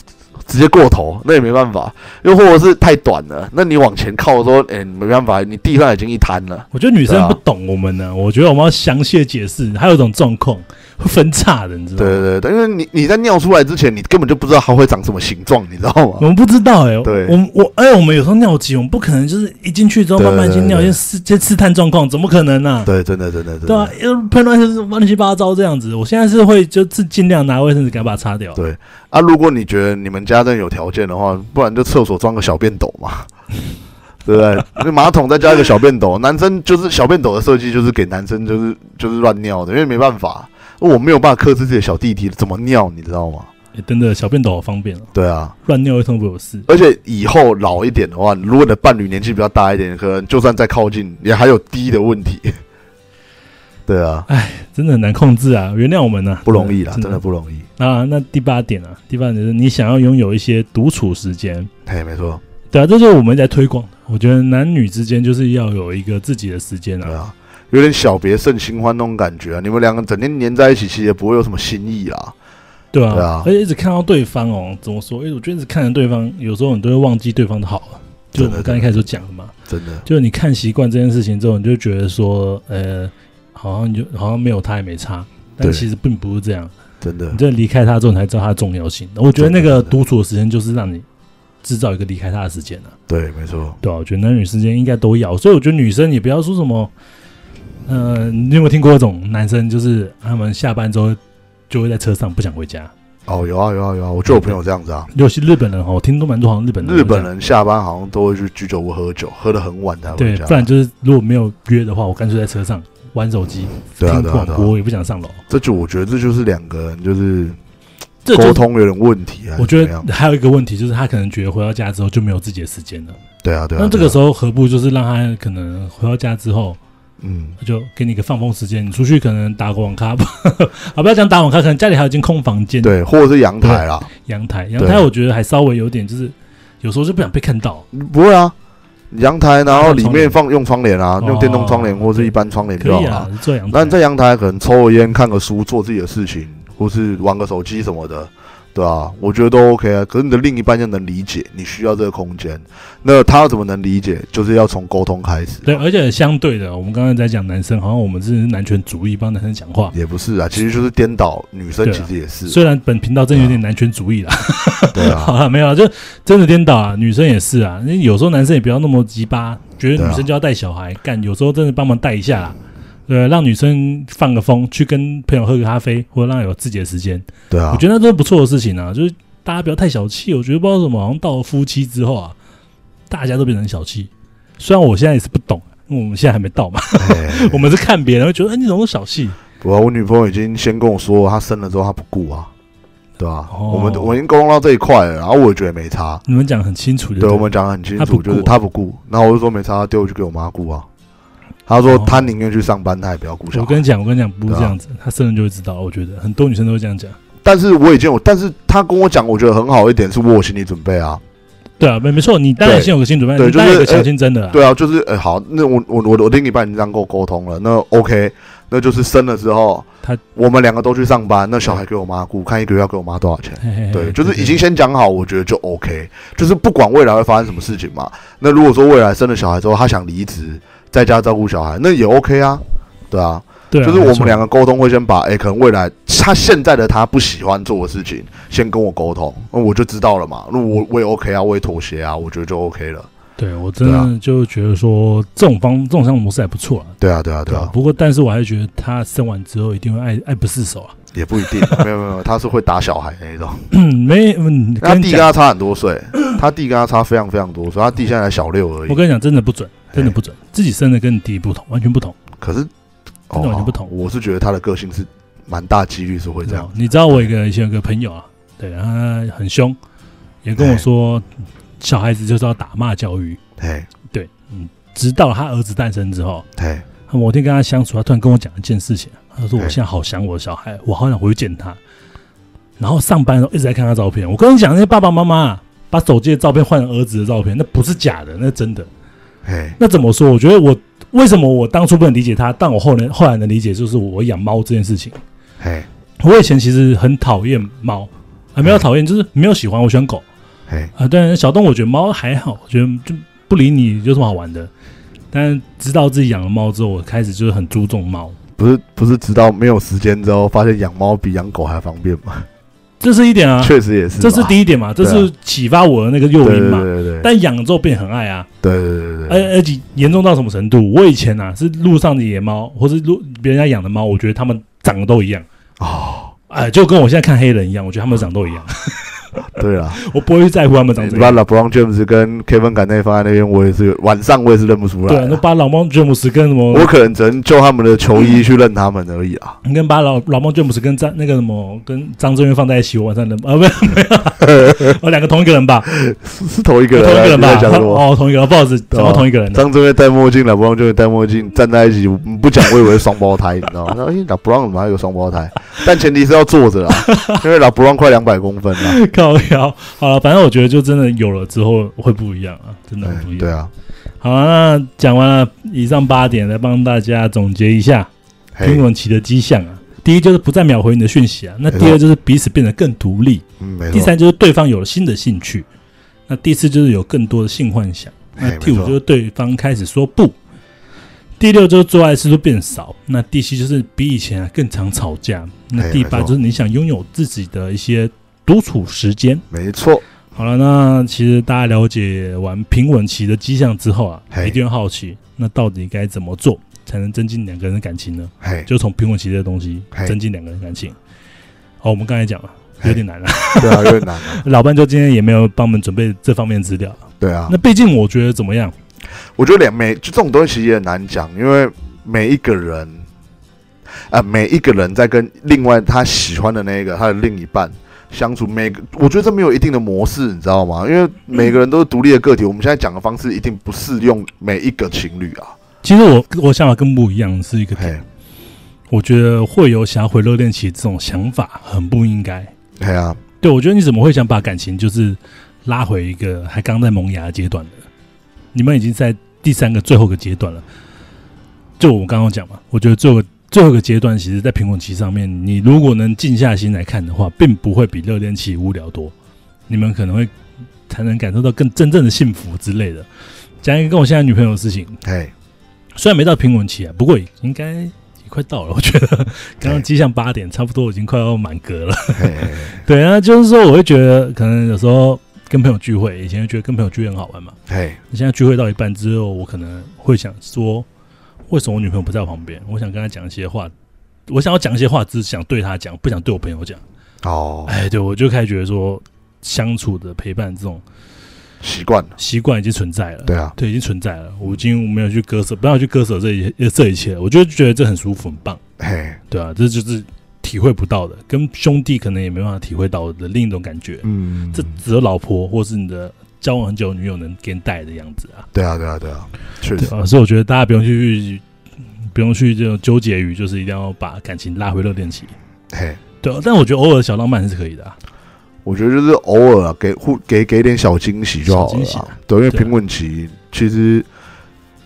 [SPEAKER 2] 直接过头，那也没办法。又或者是太短了，那你往前靠的时候，哎、没办法，你地上已经一滩了。
[SPEAKER 1] 我觉得女
[SPEAKER 2] 对
[SPEAKER 1] 生
[SPEAKER 2] 啊
[SPEAKER 1] 不懂我们呢、我觉得我们要详细的解释。还有一种状况会分叉的，你知道
[SPEAKER 2] 对
[SPEAKER 1] 吗？
[SPEAKER 2] 对对，因为你你在尿出来之前，你根本就不知道它会长什么形状，你知道吗
[SPEAKER 1] 我？们不知道哎、
[SPEAKER 2] 对
[SPEAKER 1] 我们我哎、我们有时候尿急，我们不可能就是一进去之后
[SPEAKER 2] 对
[SPEAKER 1] 慢慢先
[SPEAKER 2] 对
[SPEAKER 1] 尿，
[SPEAKER 2] 对
[SPEAKER 1] 先试先试探状况，怎么可能呢、啊？
[SPEAKER 2] 对，真的真的真
[SPEAKER 1] 对啊
[SPEAKER 2] 的。，
[SPEAKER 1] 要喷乱就是乱七八糟这样子。我现在是会就是尽量拿卫生纸给它把它擦掉。
[SPEAKER 2] 对啊，如果你觉得你们家真的有条件的话，不然就厕所装个小便斗嘛。 对不对？那马桶再加一个小便斗，男生就是小便斗的设计就是给男生就是就是乱尿的，因为没办法，我没有办法克制自己的小弟弟怎么尿，你知道吗？
[SPEAKER 1] 欸真的小便斗好方便哦，
[SPEAKER 2] 对啊，
[SPEAKER 1] 乱尿一通不有事。欸
[SPEAKER 2] 而且以后老一点的话，如果你的伴侣年纪比较大一点，可能就算再靠近，也还有低的问题。 对啊，
[SPEAKER 1] 真的很难控制啊，原谅我们啊，
[SPEAKER 2] 不容易嗯啦，真的
[SPEAKER 1] 的
[SPEAKER 2] 不容易。
[SPEAKER 1] 啊。那第八点啊，第八点就是你想要拥有一些独处时间，
[SPEAKER 2] 嘿，没错，
[SPEAKER 1] 对啊，这就是我们在推广的。我觉得男女之间就是要有一个自己的时间
[SPEAKER 2] 对
[SPEAKER 1] 啊，
[SPEAKER 2] 啊，有点小别胜新欢那种感觉啊。你们两个整天黏在一起，其实也不会有什么新意啦。
[SPEAKER 1] 对啊，
[SPEAKER 2] 对啊
[SPEAKER 1] 而且一直看到对方哦，怎么说？哎，我觉得一直看着对方，有时候你都会忘记对方的好啊。就我们
[SPEAKER 2] 真的
[SPEAKER 1] 刚一开始就讲了嘛，
[SPEAKER 2] 真的，
[SPEAKER 1] 就是你看习惯这件事情之后，你就觉得说，呃，好像你就好像没有他也没差，但
[SPEAKER 2] 对
[SPEAKER 1] 其实并不是这样。
[SPEAKER 2] 真的
[SPEAKER 1] 你，真的离开他之后，你才知道他的重要性。我觉得那
[SPEAKER 2] 真
[SPEAKER 1] 个
[SPEAKER 2] 的真的
[SPEAKER 1] 独处的时间就是让你制造一个离开他的时间啊。
[SPEAKER 2] 对，没错，
[SPEAKER 1] 对啊，我觉得男女之间应该都要，所以我觉得女生也不要说什么，呃，你有没有听过那种男生，就是他们下班之后就会在车上不想回家？
[SPEAKER 2] 哦，有啊，有啊，有啊，我就有朋友这样子啊。
[SPEAKER 1] 尤其日本人哦，我听都蛮多，好像日本人
[SPEAKER 2] 日本
[SPEAKER 1] 都
[SPEAKER 2] 人下班好像都会去居酒屋喝酒，喝得很晚才
[SPEAKER 1] 这
[SPEAKER 2] 回
[SPEAKER 1] 样
[SPEAKER 2] 家
[SPEAKER 1] 对，。不然就是如果没有约的话，我干脆在车上玩手机、
[SPEAKER 2] 对啊，
[SPEAKER 1] 听
[SPEAKER 2] 对啊，
[SPEAKER 1] 广
[SPEAKER 2] 对啊。
[SPEAKER 1] 播，也不想上楼。
[SPEAKER 2] 这就我觉得这就是两个人就是
[SPEAKER 1] 这就
[SPEAKER 2] 沟
[SPEAKER 1] 是
[SPEAKER 2] 通有点问题啊。
[SPEAKER 1] 我觉
[SPEAKER 2] 怎么
[SPEAKER 1] 得
[SPEAKER 2] 样
[SPEAKER 1] 还有一个问题就是，他可能觉得回到家之后就没有自己的时间了。
[SPEAKER 2] 对啊，对啊。
[SPEAKER 1] 那这个
[SPEAKER 2] 对啊
[SPEAKER 1] 时候何不就是让他可能回到家之后，
[SPEAKER 2] 嗯，
[SPEAKER 1] 那就给你一个放风时间，你出去可能打个网咖吧， 啊，不要讲打网咖，可能家里还有一间空房间，
[SPEAKER 2] 对，或者是阳台啦，
[SPEAKER 1] 阳台，阳台我觉得还稍微有点就是。有时候就不想被看到，
[SPEAKER 2] 不会啊，阳台然后
[SPEAKER 1] 用哦
[SPEAKER 2] 里
[SPEAKER 1] 窗
[SPEAKER 2] 面
[SPEAKER 1] 帘
[SPEAKER 2] 放用窗帘啊，
[SPEAKER 1] 哦
[SPEAKER 2] 用电动窗帘或是一般窗帘
[SPEAKER 1] 可
[SPEAKER 2] 就好
[SPEAKER 1] 以
[SPEAKER 2] 了
[SPEAKER 1] 啊。，这阳
[SPEAKER 2] 那
[SPEAKER 1] 台
[SPEAKER 2] 你在阳台可能抽个烟、看个书、做自己的事情，或是玩个手机什么的，对啊，我觉得都 OK 啊。可是你的另一半要能理解你需要这个空间，那他要怎么能理解？就是要从沟通开始。
[SPEAKER 1] 对，而且相对的，我们刚才在讲男生，好像我们是男权主义帮男生讲话，
[SPEAKER 2] 也不是啊，其实就是颠倒，女生
[SPEAKER 1] 对啊
[SPEAKER 2] 其实也是，啊
[SPEAKER 1] 虽然本频道真有点男权主义啦，
[SPEAKER 2] 对啊，
[SPEAKER 1] 好了，没有啦，就真的颠倒啊，女生也是啊，那有时候男生也不要那么急巴，觉得
[SPEAKER 2] 对啊
[SPEAKER 1] 女生就要带小孩，干、有时候真的帮忙带一下啦，对，让女生放个风，去跟朋友喝个咖啡，或者让她有自己的时间，
[SPEAKER 2] 对啊
[SPEAKER 1] 我，觉得那都是不错的事情啊，就是大家不要太小气，我觉得不知道为什么，好像到了夫妻之后啊，大家都变成小气，虽然我现在也是不懂，啊因为我们现在还没到嘛，
[SPEAKER 2] 嘿
[SPEAKER 1] 我们是看别人会觉得，哎、你怎么那么小气？
[SPEAKER 2] 我我女朋友已经先跟我说，她生了之后她不顾啊，对啊，
[SPEAKER 1] 哦
[SPEAKER 2] 我们我已经沟通到这一块了，然啊后我也觉得没差，
[SPEAKER 1] 你们讲得很清楚就
[SPEAKER 2] 对
[SPEAKER 1] 对
[SPEAKER 2] 我
[SPEAKER 1] 了，
[SPEAKER 2] 们讲得很清
[SPEAKER 1] 她不
[SPEAKER 2] 楚，
[SPEAKER 1] 顾啊
[SPEAKER 2] 就是她不顾，然后我就说没差，她丢去给我妈顾啊。她说
[SPEAKER 1] 哦
[SPEAKER 2] 她宁愿去上班，她也不要顾小
[SPEAKER 1] 我
[SPEAKER 2] 孩
[SPEAKER 1] 跟你。讲，我跟你讲，不是
[SPEAKER 2] 对啊
[SPEAKER 1] 这样子，她生了就会知道了。我觉得很多女生都会这样讲。
[SPEAKER 2] 但是我已经有，但是她跟我讲，我觉得很好一点，是我有心理准备啊。
[SPEAKER 1] 对啊，没没错，你当然
[SPEAKER 2] 对
[SPEAKER 1] 先有个心理准备，
[SPEAKER 2] 对
[SPEAKER 1] 你当然有
[SPEAKER 2] 就是
[SPEAKER 1] 个强心针的啦。
[SPEAKER 2] 对啊，就是呃、好，那我我我我另一半已经这样跟我沟通了，那 OK，那就是生了之后，
[SPEAKER 1] 她
[SPEAKER 2] 我们两个都去上班，那小孩给我妈顾，看一个月要给我妈多少钱。
[SPEAKER 1] 嘿嘿嘿
[SPEAKER 2] 对，就是已经先讲好，我觉得就 OK，就是不管未来会发生什么事情嘛。那如果说未来生了小孩之后，他想离职，在家照顾小孩，那也 OK 啊，对啊，
[SPEAKER 1] 对啊，
[SPEAKER 2] 就是我们两
[SPEAKER 1] 个
[SPEAKER 2] 个沟通会先把，哎诶，可能未来他现在的他不喜欢做的事情，先跟我沟通，那我就知道了嘛。那我我也 OK 啊，我也妥协啊，我觉得就 OK 了。
[SPEAKER 1] 对我真
[SPEAKER 2] 对
[SPEAKER 1] 的
[SPEAKER 2] 啊
[SPEAKER 1] 就觉得说这种方这种相处模式还不错啊。
[SPEAKER 2] 对啊，对啊，对啊，
[SPEAKER 1] 不过但是我还是觉得她生完之后一定会爱爱不释手啊。
[SPEAKER 2] 也不一 定，没有没有没有，他是会打小孩那一种。
[SPEAKER 1] 没，嗯，
[SPEAKER 2] 他
[SPEAKER 1] 跟你
[SPEAKER 2] 弟跟
[SPEAKER 1] 讲，
[SPEAKER 2] 他差很多岁，他弟跟他差非常非常多岁，他弟现在才小六而
[SPEAKER 1] 我
[SPEAKER 2] 已。
[SPEAKER 1] 跟你讲，真的不准，真的
[SPEAKER 2] 嘿
[SPEAKER 1] 不准，自己生的跟你弟不同，完全不同。
[SPEAKER 2] 可是，哦
[SPEAKER 1] 真的完全不同
[SPEAKER 2] 我是觉得他的个性是蛮大几率是会这样。
[SPEAKER 1] 你知道我有一个以前有个朋友啊，对，他很凶，也跟我说，
[SPEAKER 2] 哎
[SPEAKER 1] 小孩子就是要打骂教育。
[SPEAKER 2] 嘿，
[SPEAKER 1] 对，嗯，直到他儿子诞生之后，
[SPEAKER 2] 嘿，
[SPEAKER 1] 某天跟他相处，他突然跟我讲一件事情，他说我
[SPEAKER 2] 哎
[SPEAKER 1] 现在好想我的小孩，我好想回去见他。然后上班的时候一直在看他照片，我跟你讲，那些爸爸妈妈啊把手机的照片换成儿子的照片，那不是假的，那是真的。
[SPEAKER 2] 嘿，
[SPEAKER 1] 那怎么说？我觉得我为什么我当初不能理解他，但我后来后来能理解，就是我养猫这件事情。
[SPEAKER 2] 嘿，
[SPEAKER 1] 我以前其实很讨厌猫，啊，没有
[SPEAKER 2] 哎
[SPEAKER 1] 讨厌，就是没有喜欢。我喜欢狗
[SPEAKER 2] 嘿，
[SPEAKER 1] 啊，但小动物我觉得猫还好，我觉得就不理你有什么好玩的。但直到自己养了猫之后，我开始就是很注重猫，
[SPEAKER 2] 不是不是，直到没有时间之后，发现养猫比养狗还方便 嘛？
[SPEAKER 1] 这是一点啊，
[SPEAKER 2] 确实也是吧，
[SPEAKER 1] 这是第一点嘛，这
[SPEAKER 2] 对啊
[SPEAKER 1] 是启发我的那个诱
[SPEAKER 2] 对
[SPEAKER 1] 因
[SPEAKER 2] 对
[SPEAKER 1] 嘛。
[SPEAKER 2] 对对对
[SPEAKER 1] 但养了之后变很爱啊，
[SPEAKER 2] 对对对
[SPEAKER 1] 而
[SPEAKER 2] 对，
[SPEAKER 1] 而且严重到什么程度？我以前啊是路上的野猫，或是路别人家养的猫，我觉得它们长得都一样，
[SPEAKER 2] 哦，
[SPEAKER 1] 哎、就跟我现在看黑人一样，我觉得它们长得都 一样，
[SPEAKER 2] 对了，
[SPEAKER 1] 我不会去在乎它们长
[SPEAKER 2] 你
[SPEAKER 1] 怎
[SPEAKER 2] 把
[SPEAKER 1] 样。
[SPEAKER 2] LeBron James 跟 Kevin 感内放在那边，我也是晚上我也是认不出
[SPEAKER 1] 对
[SPEAKER 2] 来
[SPEAKER 1] 啊，那
[SPEAKER 2] 啊。
[SPEAKER 1] 把老猫詹姆斯跟什么
[SPEAKER 2] 我可能只能就他们的球衣去认他们而已啊。
[SPEAKER 1] 你跟把老老孟詹姆斯跟张那个什么跟张震岳放在一起，我晚上能啊不是没 有，哦我两个同一个人吧，
[SPEAKER 2] 是是同一个
[SPEAKER 1] 同
[SPEAKER 2] 人啊，
[SPEAKER 1] 一个人
[SPEAKER 2] 你在
[SPEAKER 1] 吧，
[SPEAKER 2] 讲什么？
[SPEAKER 1] 哦同一个人，不好意思，怎么同一个人呢？
[SPEAKER 2] 张震岳戴墨镜，老布朗就会戴墨镜，站在一起嗯不讲，我以为是双胞胎，你知道吗？那哎，老布朗怎么还有双胞胎？但前提是要坐着啦，因为老布朗快两百公分了。
[SPEAKER 1] 靠腰，好了，反正我觉得就真的有了之后会不一样啊，真的会不一
[SPEAKER 2] 哎
[SPEAKER 1] 样。
[SPEAKER 2] 对啊，
[SPEAKER 1] 好啊，那讲完了以上八点，来帮大家总结一下
[SPEAKER 2] 嘿
[SPEAKER 1] 平，稳期的迹象啊。第一就是不再秒回你的讯息啊，那
[SPEAKER 2] 没
[SPEAKER 1] 第
[SPEAKER 2] 错
[SPEAKER 1] 二就是彼此变得更独立，
[SPEAKER 2] 嗯，没
[SPEAKER 1] 第
[SPEAKER 2] 错，
[SPEAKER 1] 三就是对方有了新的兴趣，那第四就是有更多的性幻想，那
[SPEAKER 2] 哎
[SPEAKER 1] 第五
[SPEAKER 2] 没错
[SPEAKER 1] 就是对方开始说不，第六就是做爱次数变少，那第七就是比以前、啊、更常吵架，那
[SPEAKER 2] 哎
[SPEAKER 1] 第
[SPEAKER 2] 没
[SPEAKER 1] 八
[SPEAKER 2] 错
[SPEAKER 1] 就是你想拥有自己的一些独处时间。
[SPEAKER 2] 没错，
[SPEAKER 1] 好了，那其实大家了解完平稳期的迹象之后啊，
[SPEAKER 2] 嘿
[SPEAKER 1] 一定会好奇，那到底该怎么做才能增进两个人的感情呢？
[SPEAKER 2] 嘿，
[SPEAKER 1] 就从平稳期这个东西
[SPEAKER 2] 嘿
[SPEAKER 1] 增进两个人的感情。好，我们刚才讲了，有点难了。
[SPEAKER 2] 对啊，有点难啊，
[SPEAKER 1] 老伴就今天也没有帮我们准备这方面的资料。
[SPEAKER 2] 对啊
[SPEAKER 1] 那。毕竟我觉得怎么样？
[SPEAKER 2] 我觉得两每就这种东西也很难讲，因为每一个人，啊、每一个人在跟另外他喜欢的那个他的另一半相处，每个我觉得这没有一定的模式，你知道吗？因为每个人都是独立的个体，我们现在讲的方式一定不适用每一个情侣啊。
[SPEAKER 1] 其实我我想法跟不一样，是一个点。
[SPEAKER 2] 嘿，
[SPEAKER 1] 我觉得会有想要回热恋期这种想法很不应该。
[SPEAKER 2] 嘿啊，
[SPEAKER 1] 对，我觉得你怎么会想把感情就是拉回一个还刚在萌芽的阶段呢？你们已经在第三个最后一个阶段了。就我刚刚讲嘛，我觉得最后最后一个阶段，其实在平稳期上面，你如果能静下心来看的话，并不会比热恋期无聊多。你们可能会才能感受到更真正的幸福之类的。讲一个跟我现在女朋友的事情，
[SPEAKER 2] 嘿，
[SPEAKER 1] 虽然没到平稳期啊，不过也应该也快到了。我觉得刚刚迹象八点，差不多已经快要满格了。
[SPEAKER 2] 嘿嘿，嘿
[SPEAKER 1] 对啊，就是说我会觉得，可能有时候跟朋友聚会，以前就觉得跟朋友聚会很好玩嘛。
[SPEAKER 2] 嘿，
[SPEAKER 1] 现在聚会到一半之后，我可能会想说，为什么我女朋友不在我旁边？我想跟她讲一些话，我想要讲一些话，只想对她讲，不想对我朋友讲。
[SPEAKER 2] 哦，
[SPEAKER 1] 哎，对我就开始觉得说，相处的陪伴这种
[SPEAKER 2] 习惯了，
[SPEAKER 1] 习惯已经存在了。
[SPEAKER 2] 对啊，
[SPEAKER 1] 对，已经存在了。我已经没有去割舍，不要去割舍这一这一切了。我就觉得这很舒服，很棒。
[SPEAKER 2] 嘿，
[SPEAKER 1] 对啊，这就是体会不到的，跟兄弟可能也没办法体会到的另一种感觉。
[SPEAKER 2] 嗯，
[SPEAKER 1] 这只有老婆或是你的交往很久的女友能给你带的样子啊。
[SPEAKER 2] 对啊，对啊，对啊，确
[SPEAKER 1] 对
[SPEAKER 2] 实，
[SPEAKER 1] 啊，所以我觉得大家不用去不用去这种纠结于，就是一定要把感情拉回热恋期。
[SPEAKER 2] 嘿，
[SPEAKER 1] 对、啊，但我觉得偶尔小浪漫还是可以的、啊。
[SPEAKER 2] 我觉得就是偶尔啊，给互给给点小惊喜就好
[SPEAKER 1] 小惊
[SPEAKER 2] 了
[SPEAKER 1] 喜啊
[SPEAKER 2] 啊。对，因为
[SPEAKER 1] 对啊
[SPEAKER 2] 平稳期其实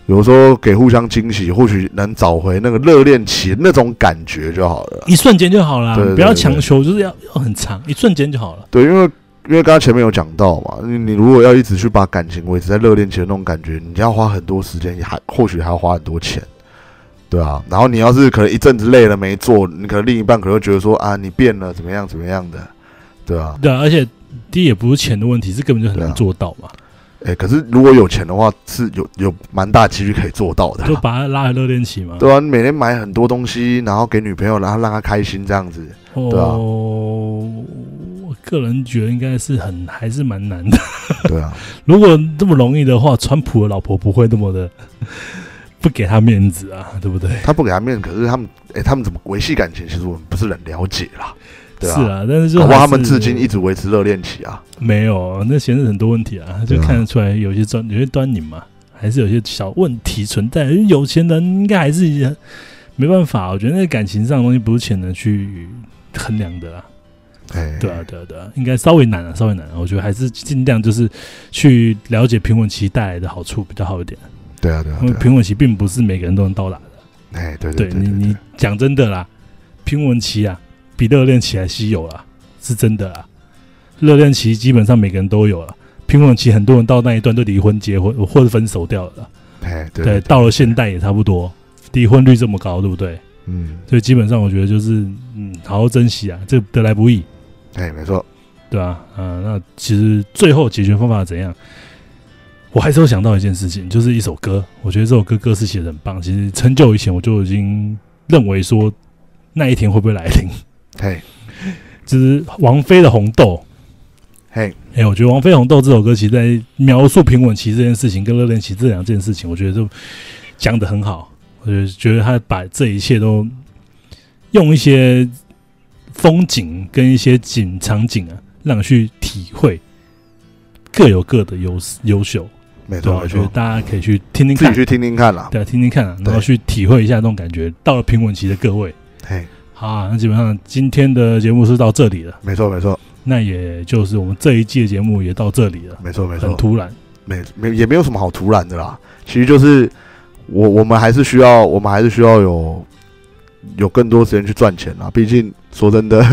[SPEAKER 2] 有时候给互相惊喜，或许能找回那个热恋期那种感觉就好了啊。
[SPEAKER 1] 一瞬间就好啦，
[SPEAKER 2] 对对对
[SPEAKER 1] 不要强求，就是要要很长，一瞬间就好了。
[SPEAKER 2] 对，因为因为刚刚前面有讲到嘛，你你如果要一直去把感情维持在热恋期的那种感觉，你要花很多时间，也还或许还要花很多钱，对啊。然后你要是可能一阵子累了没做，你可能另一半可能会觉得说啊，你变了，怎么样怎么样的，对啊。
[SPEAKER 1] 对啊，而且第一也不是钱的问题，是根本就很
[SPEAKER 2] 对
[SPEAKER 1] 难
[SPEAKER 2] 啊
[SPEAKER 1] 做到嘛。
[SPEAKER 2] 哎、可是如果有钱的话，是有有蛮大几率可以做到的
[SPEAKER 1] 就
[SPEAKER 2] 啦。
[SPEAKER 1] 把它拉回热恋期嘛。
[SPEAKER 2] 啊对啊，你每天买很多东西，然后给女朋友，然后让她开心这样子。 对啊
[SPEAKER 1] 哦，我个人觉得应该是很还是蛮难的。
[SPEAKER 2] 对啊，
[SPEAKER 1] 如果这么容易的话，川普的老婆不会那么的 不给他面子啊，对不对？
[SPEAKER 2] 他不给她面子，可是他们，哎、他们怎么维系感情？其实我们不是很了解啦。对啊，
[SPEAKER 1] 是啊，但是就
[SPEAKER 2] 搞不好
[SPEAKER 1] 还
[SPEAKER 2] 他
[SPEAKER 1] 是
[SPEAKER 2] 们至今一直维持热恋期啊。
[SPEAKER 1] 没有，那显示很多问题啊，就
[SPEAKER 2] 对啊
[SPEAKER 1] 看得出来有些端有些端倪嘛，还是有些小问题存在。因为有钱人应该还是没办法，啊我觉得那感情上的东西不是钱能去衡量的啦。啊
[SPEAKER 2] 哎、
[SPEAKER 1] 对啊，对啊，对啊，应该稍微难啊，稍微难啊。我觉得还是尽量就是去了解平稳期带来的好处比较好一点，
[SPEAKER 2] 对啊，对啊，
[SPEAKER 1] 因为
[SPEAKER 2] 对啊，
[SPEAKER 1] 平稳期并不是每个人都能到达的。
[SPEAKER 2] 哎、对
[SPEAKER 1] 对
[SPEAKER 2] 对对
[SPEAKER 1] 你，
[SPEAKER 2] 对
[SPEAKER 1] 你讲真的啦，平稳期啊，比热恋期还稀有啦，是真的啦。热恋期基本上每个人都有啊了，平稳期很多人到那一段就离婚、结婚或者分手掉了啦。
[SPEAKER 2] 哎，对
[SPEAKER 1] 对
[SPEAKER 2] 对，
[SPEAKER 1] 到了现代也差不多，离婚率这么高，对不对？
[SPEAKER 2] 嗯，
[SPEAKER 1] 所以基本上我觉得就是，嗯，好好珍惜啊，这得来不易。
[SPEAKER 2] 哎、没错，
[SPEAKER 1] 对啊，嗯、那其实最后解决方法怎样？我还是有想到一件事情，就是一首歌，我觉得这首歌歌词写的很棒。其实很久以前我就已经认为说那一天会不会来临，
[SPEAKER 2] 嘿，
[SPEAKER 1] 就是王菲的《红豆》。
[SPEAKER 2] 嘿，
[SPEAKER 1] 哎、我觉得王菲《红豆》这首歌，其实在描述平稳期这件事情跟热恋期这两件事情，我觉得就讲的很好。我觉得觉得他把这一切都用一些风景跟一些景场景啊，让你去体会各有各的优优秀，
[SPEAKER 2] 没
[SPEAKER 1] 对吧、啊
[SPEAKER 2] 错，
[SPEAKER 1] 我
[SPEAKER 2] 没
[SPEAKER 1] 觉得
[SPEAKER 2] 错，
[SPEAKER 1] 大家可以去听听
[SPEAKER 2] 自己
[SPEAKER 1] 看，
[SPEAKER 2] 去听听看啦。
[SPEAKER 1] 对、啊，听听看啊，然后
[SPEAKER 2] 对
[SPEAKER 1] 去体会一下那种感觉。到了平稳期的各位，
[SPEAKER 2] 嘿，
[SPEAKER 1] 好啊、那基本上今天的节目是到这里了，
[SPEAKER 2] 没错，没错，
[SPEAKER 1] 那也就是我们这一季的节目也到这里了，
[SPEAKER 2] 没错，没
[SPEAKER 1] 很
[SPEAKER 2] 错，
[SPEAKER 1] 突然。
[SPEAKER 2] 没没也没有什么好突然的啦。其实就是我我们还是需要，我们还是需要有有更多时间去赚钱啦。毕竟说真的，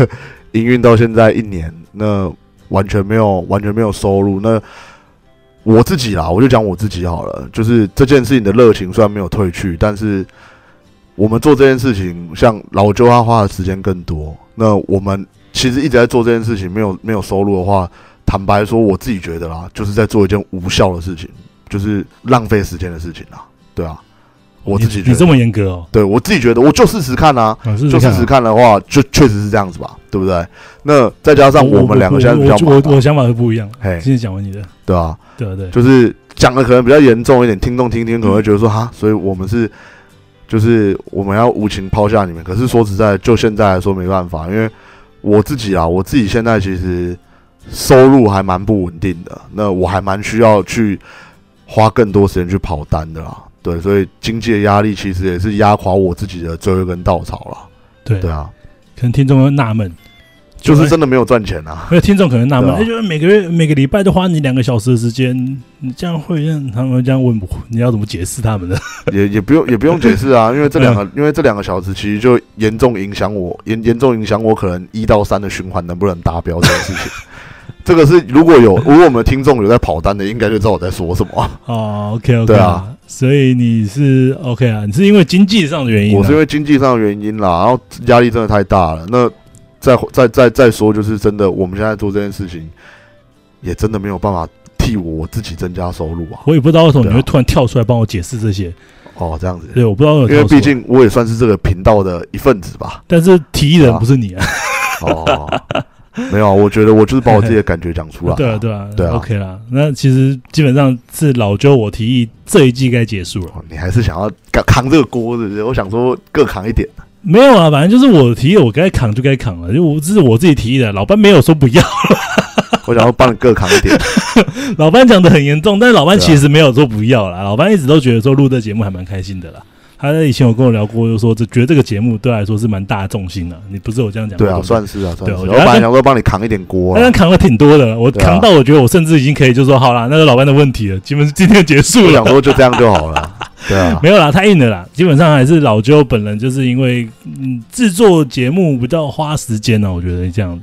[SPEAKER 2] 营运到现在一年，那完全没有完全没有收入。那我自己啦，我就讲我自己好了，就是这件事情的热情虽然没有退去，但是我们做这件事情，像老舅他花的时间更多。那我们其实一直在做这件事情，没有没有收入的话，坦白说，我自己觉得啦，就是在做一件无效的事情，就是浪费时间的事情啦。对啊，我自己
[SPEAKER 1] 你
[SPEAKER 2] 觉
[SPEAKER 1] 你这
[SPEAKER 2] 得，
[SPEAKER 1] 么严格哦，
[SPEAKER 2] 对我自己觉得，我就试试看啊。
[SPEAKER 1] 啊、试
[SPEAKER 2] 就
[SPEAKER 1] 看
[SPEAKER 2] 事
[SPEAKER 1] 啊、
[SPEAKER 2] 实看的话，就确实是这样子吧，对不对？那再加上
[SPEAKER 1] 我
[SPEAKER 2] 我们两个现在比较
[SPEAKER 1] 我
[SPEAKER 2] 忙
[SPEAKER 1] 我我
[SPEAKER 2] 嘛，
[SPEAKER 1] 想法是不一样。
[SPEAKER 2] 嘿，
[SPEAKER 1] 今天讲完你的，
[SPEAKER 2] 对啊，
[SPEAKER 1] 对啊对，
[SPEAKER 2] 就是讲的可能比较严重一点，听众听听可能会觉得说哈，所以我们是就是我们要无情抛下你们。可是说实在，就现在来说没办法，因为我自己啊，我自己现在其实收入还蛮不稳定的，那我还蛮需要去花更多时间去跑单的啦。对，所以经济的压力其实也是压垮我自己的最后一根稻草了。
[SPEAKER 1] 对
[SPEAKER 2] 对啊，
[SPEAKER 1] 可能听众会纳闷，
[SPEAKER 2] 就是真的没有赚钱啊。
[SPEAKER 1] 因为听众可能纳闷，
[SPEAKER 2] 对啊
[SPEAKER 1] 哎、就是每个月每个礼拜都花你两个小时的时间，你这样会让他们这样问我，你要怎么解释他们呢？
[SPEAKER 2] 也也不用也不用解释啊，因为这两个、因为这两个小时其实就严重影响我严严重影响我可能一到三的循环能不能达标这件事情。这个是如果有如果我们的听众有在跑单的，应该就知道我在说什么啊。
[SPEAKER 1] 哦，OK OK，
[SPEAKER 2] 对啊，
[SPEAKER 1] 所以你是 OK 啊，你是因为经济上的原因、啊，
[SPEAKER 2] 我是因为经济上的原因啦，然后压力真的太大了。那再再再再说，就是真的，我们现在做这件事情，也真的没有办法替我自己增加收入啊。
[SPEAKER 1] 我也不知道为什么你
[SPEAKER 2] 对
[SPEAKER 1] 会
[SPEAKER 2] 啊
[SPEAKER 1] 突然跳出来帮我解释这些，
[SPEAKER 2] 哦，这样子，
[SPEAKER 1] 对，我不知道有
[SPEAKER 2] 因为毕，竟我也算是这个频道的一份子吧。
[SPEAKER 1] 但是提议的人
[SPEAKER 2] 啊
[SPEAKER 1] 不是你啊，。
[SPEAKER 2] 哦，没有啊，我觉得我就是把我自己的感觉讲出来
[SPEAKER 1] 对啊对啊
[SPEAKER 2] 对啊
[SPEAKER 1] o k 啦，那其实基本上是老周我提议这一季该结束了。
[SPEAKER 2] 哦你还是想要扛扛这个锅，是不是？我想说各扛 一点。
[SPEAKER 1] 没有啊，反正就是我提议，我该扛就该扛了，就我这是我自己提议的，老班没有说不要，
[SPEAKER 2] 我想要帮你各扛 一点。
[SPEAKER 1] 老班讲的很严重，但是老班
[SPEAKER 2] 对啊
[SPEAKER 1] 其实没有说不要啦，老班一直都觉得说录这节目还蛮开心的啦。他以前有跟我聊过，就说这觉得这个节目对他来说是蛮大的重心的。你不是有这样讲过
[SPEAKER 2] 对啊，
[SPEAKER 1] 不
[SPEAKER 2] 算是啊，算
[SPEAKER 1] 对
[SPEAKER 2] 是。
[SPEAKER 1] 我
[SPEAKER 2] 我
[SPEAKER 1] 觉得
[SPEAKER 2] 本来
[SPEAKER 1] 他
[SPEAKER 2] 想说帮你扛一点锅
[SPEAKER 1] 刚
[SPEAKER 2] 啊
[SPEAKER 1] 刚
[SPEAKER 2] 了，
[SPEAKER 1] 扛了挺多的，我
[SPEAKER 2] 对啊
[SPEAKER 1] 扛到我觉得我甚至已经可以就说好啦，那是老班的问题了，基本今天结束
[SPEAKER 2] 我
[SPEAKER 1] 了
[SPEAKER 2] 想。说就这样就好了。 对啊，
[SPEAKER 1] 没有啦，太硬了啦。基本上还是老周本人，就是因为嗯制作节目比较花时间啊呢、我觉得这样。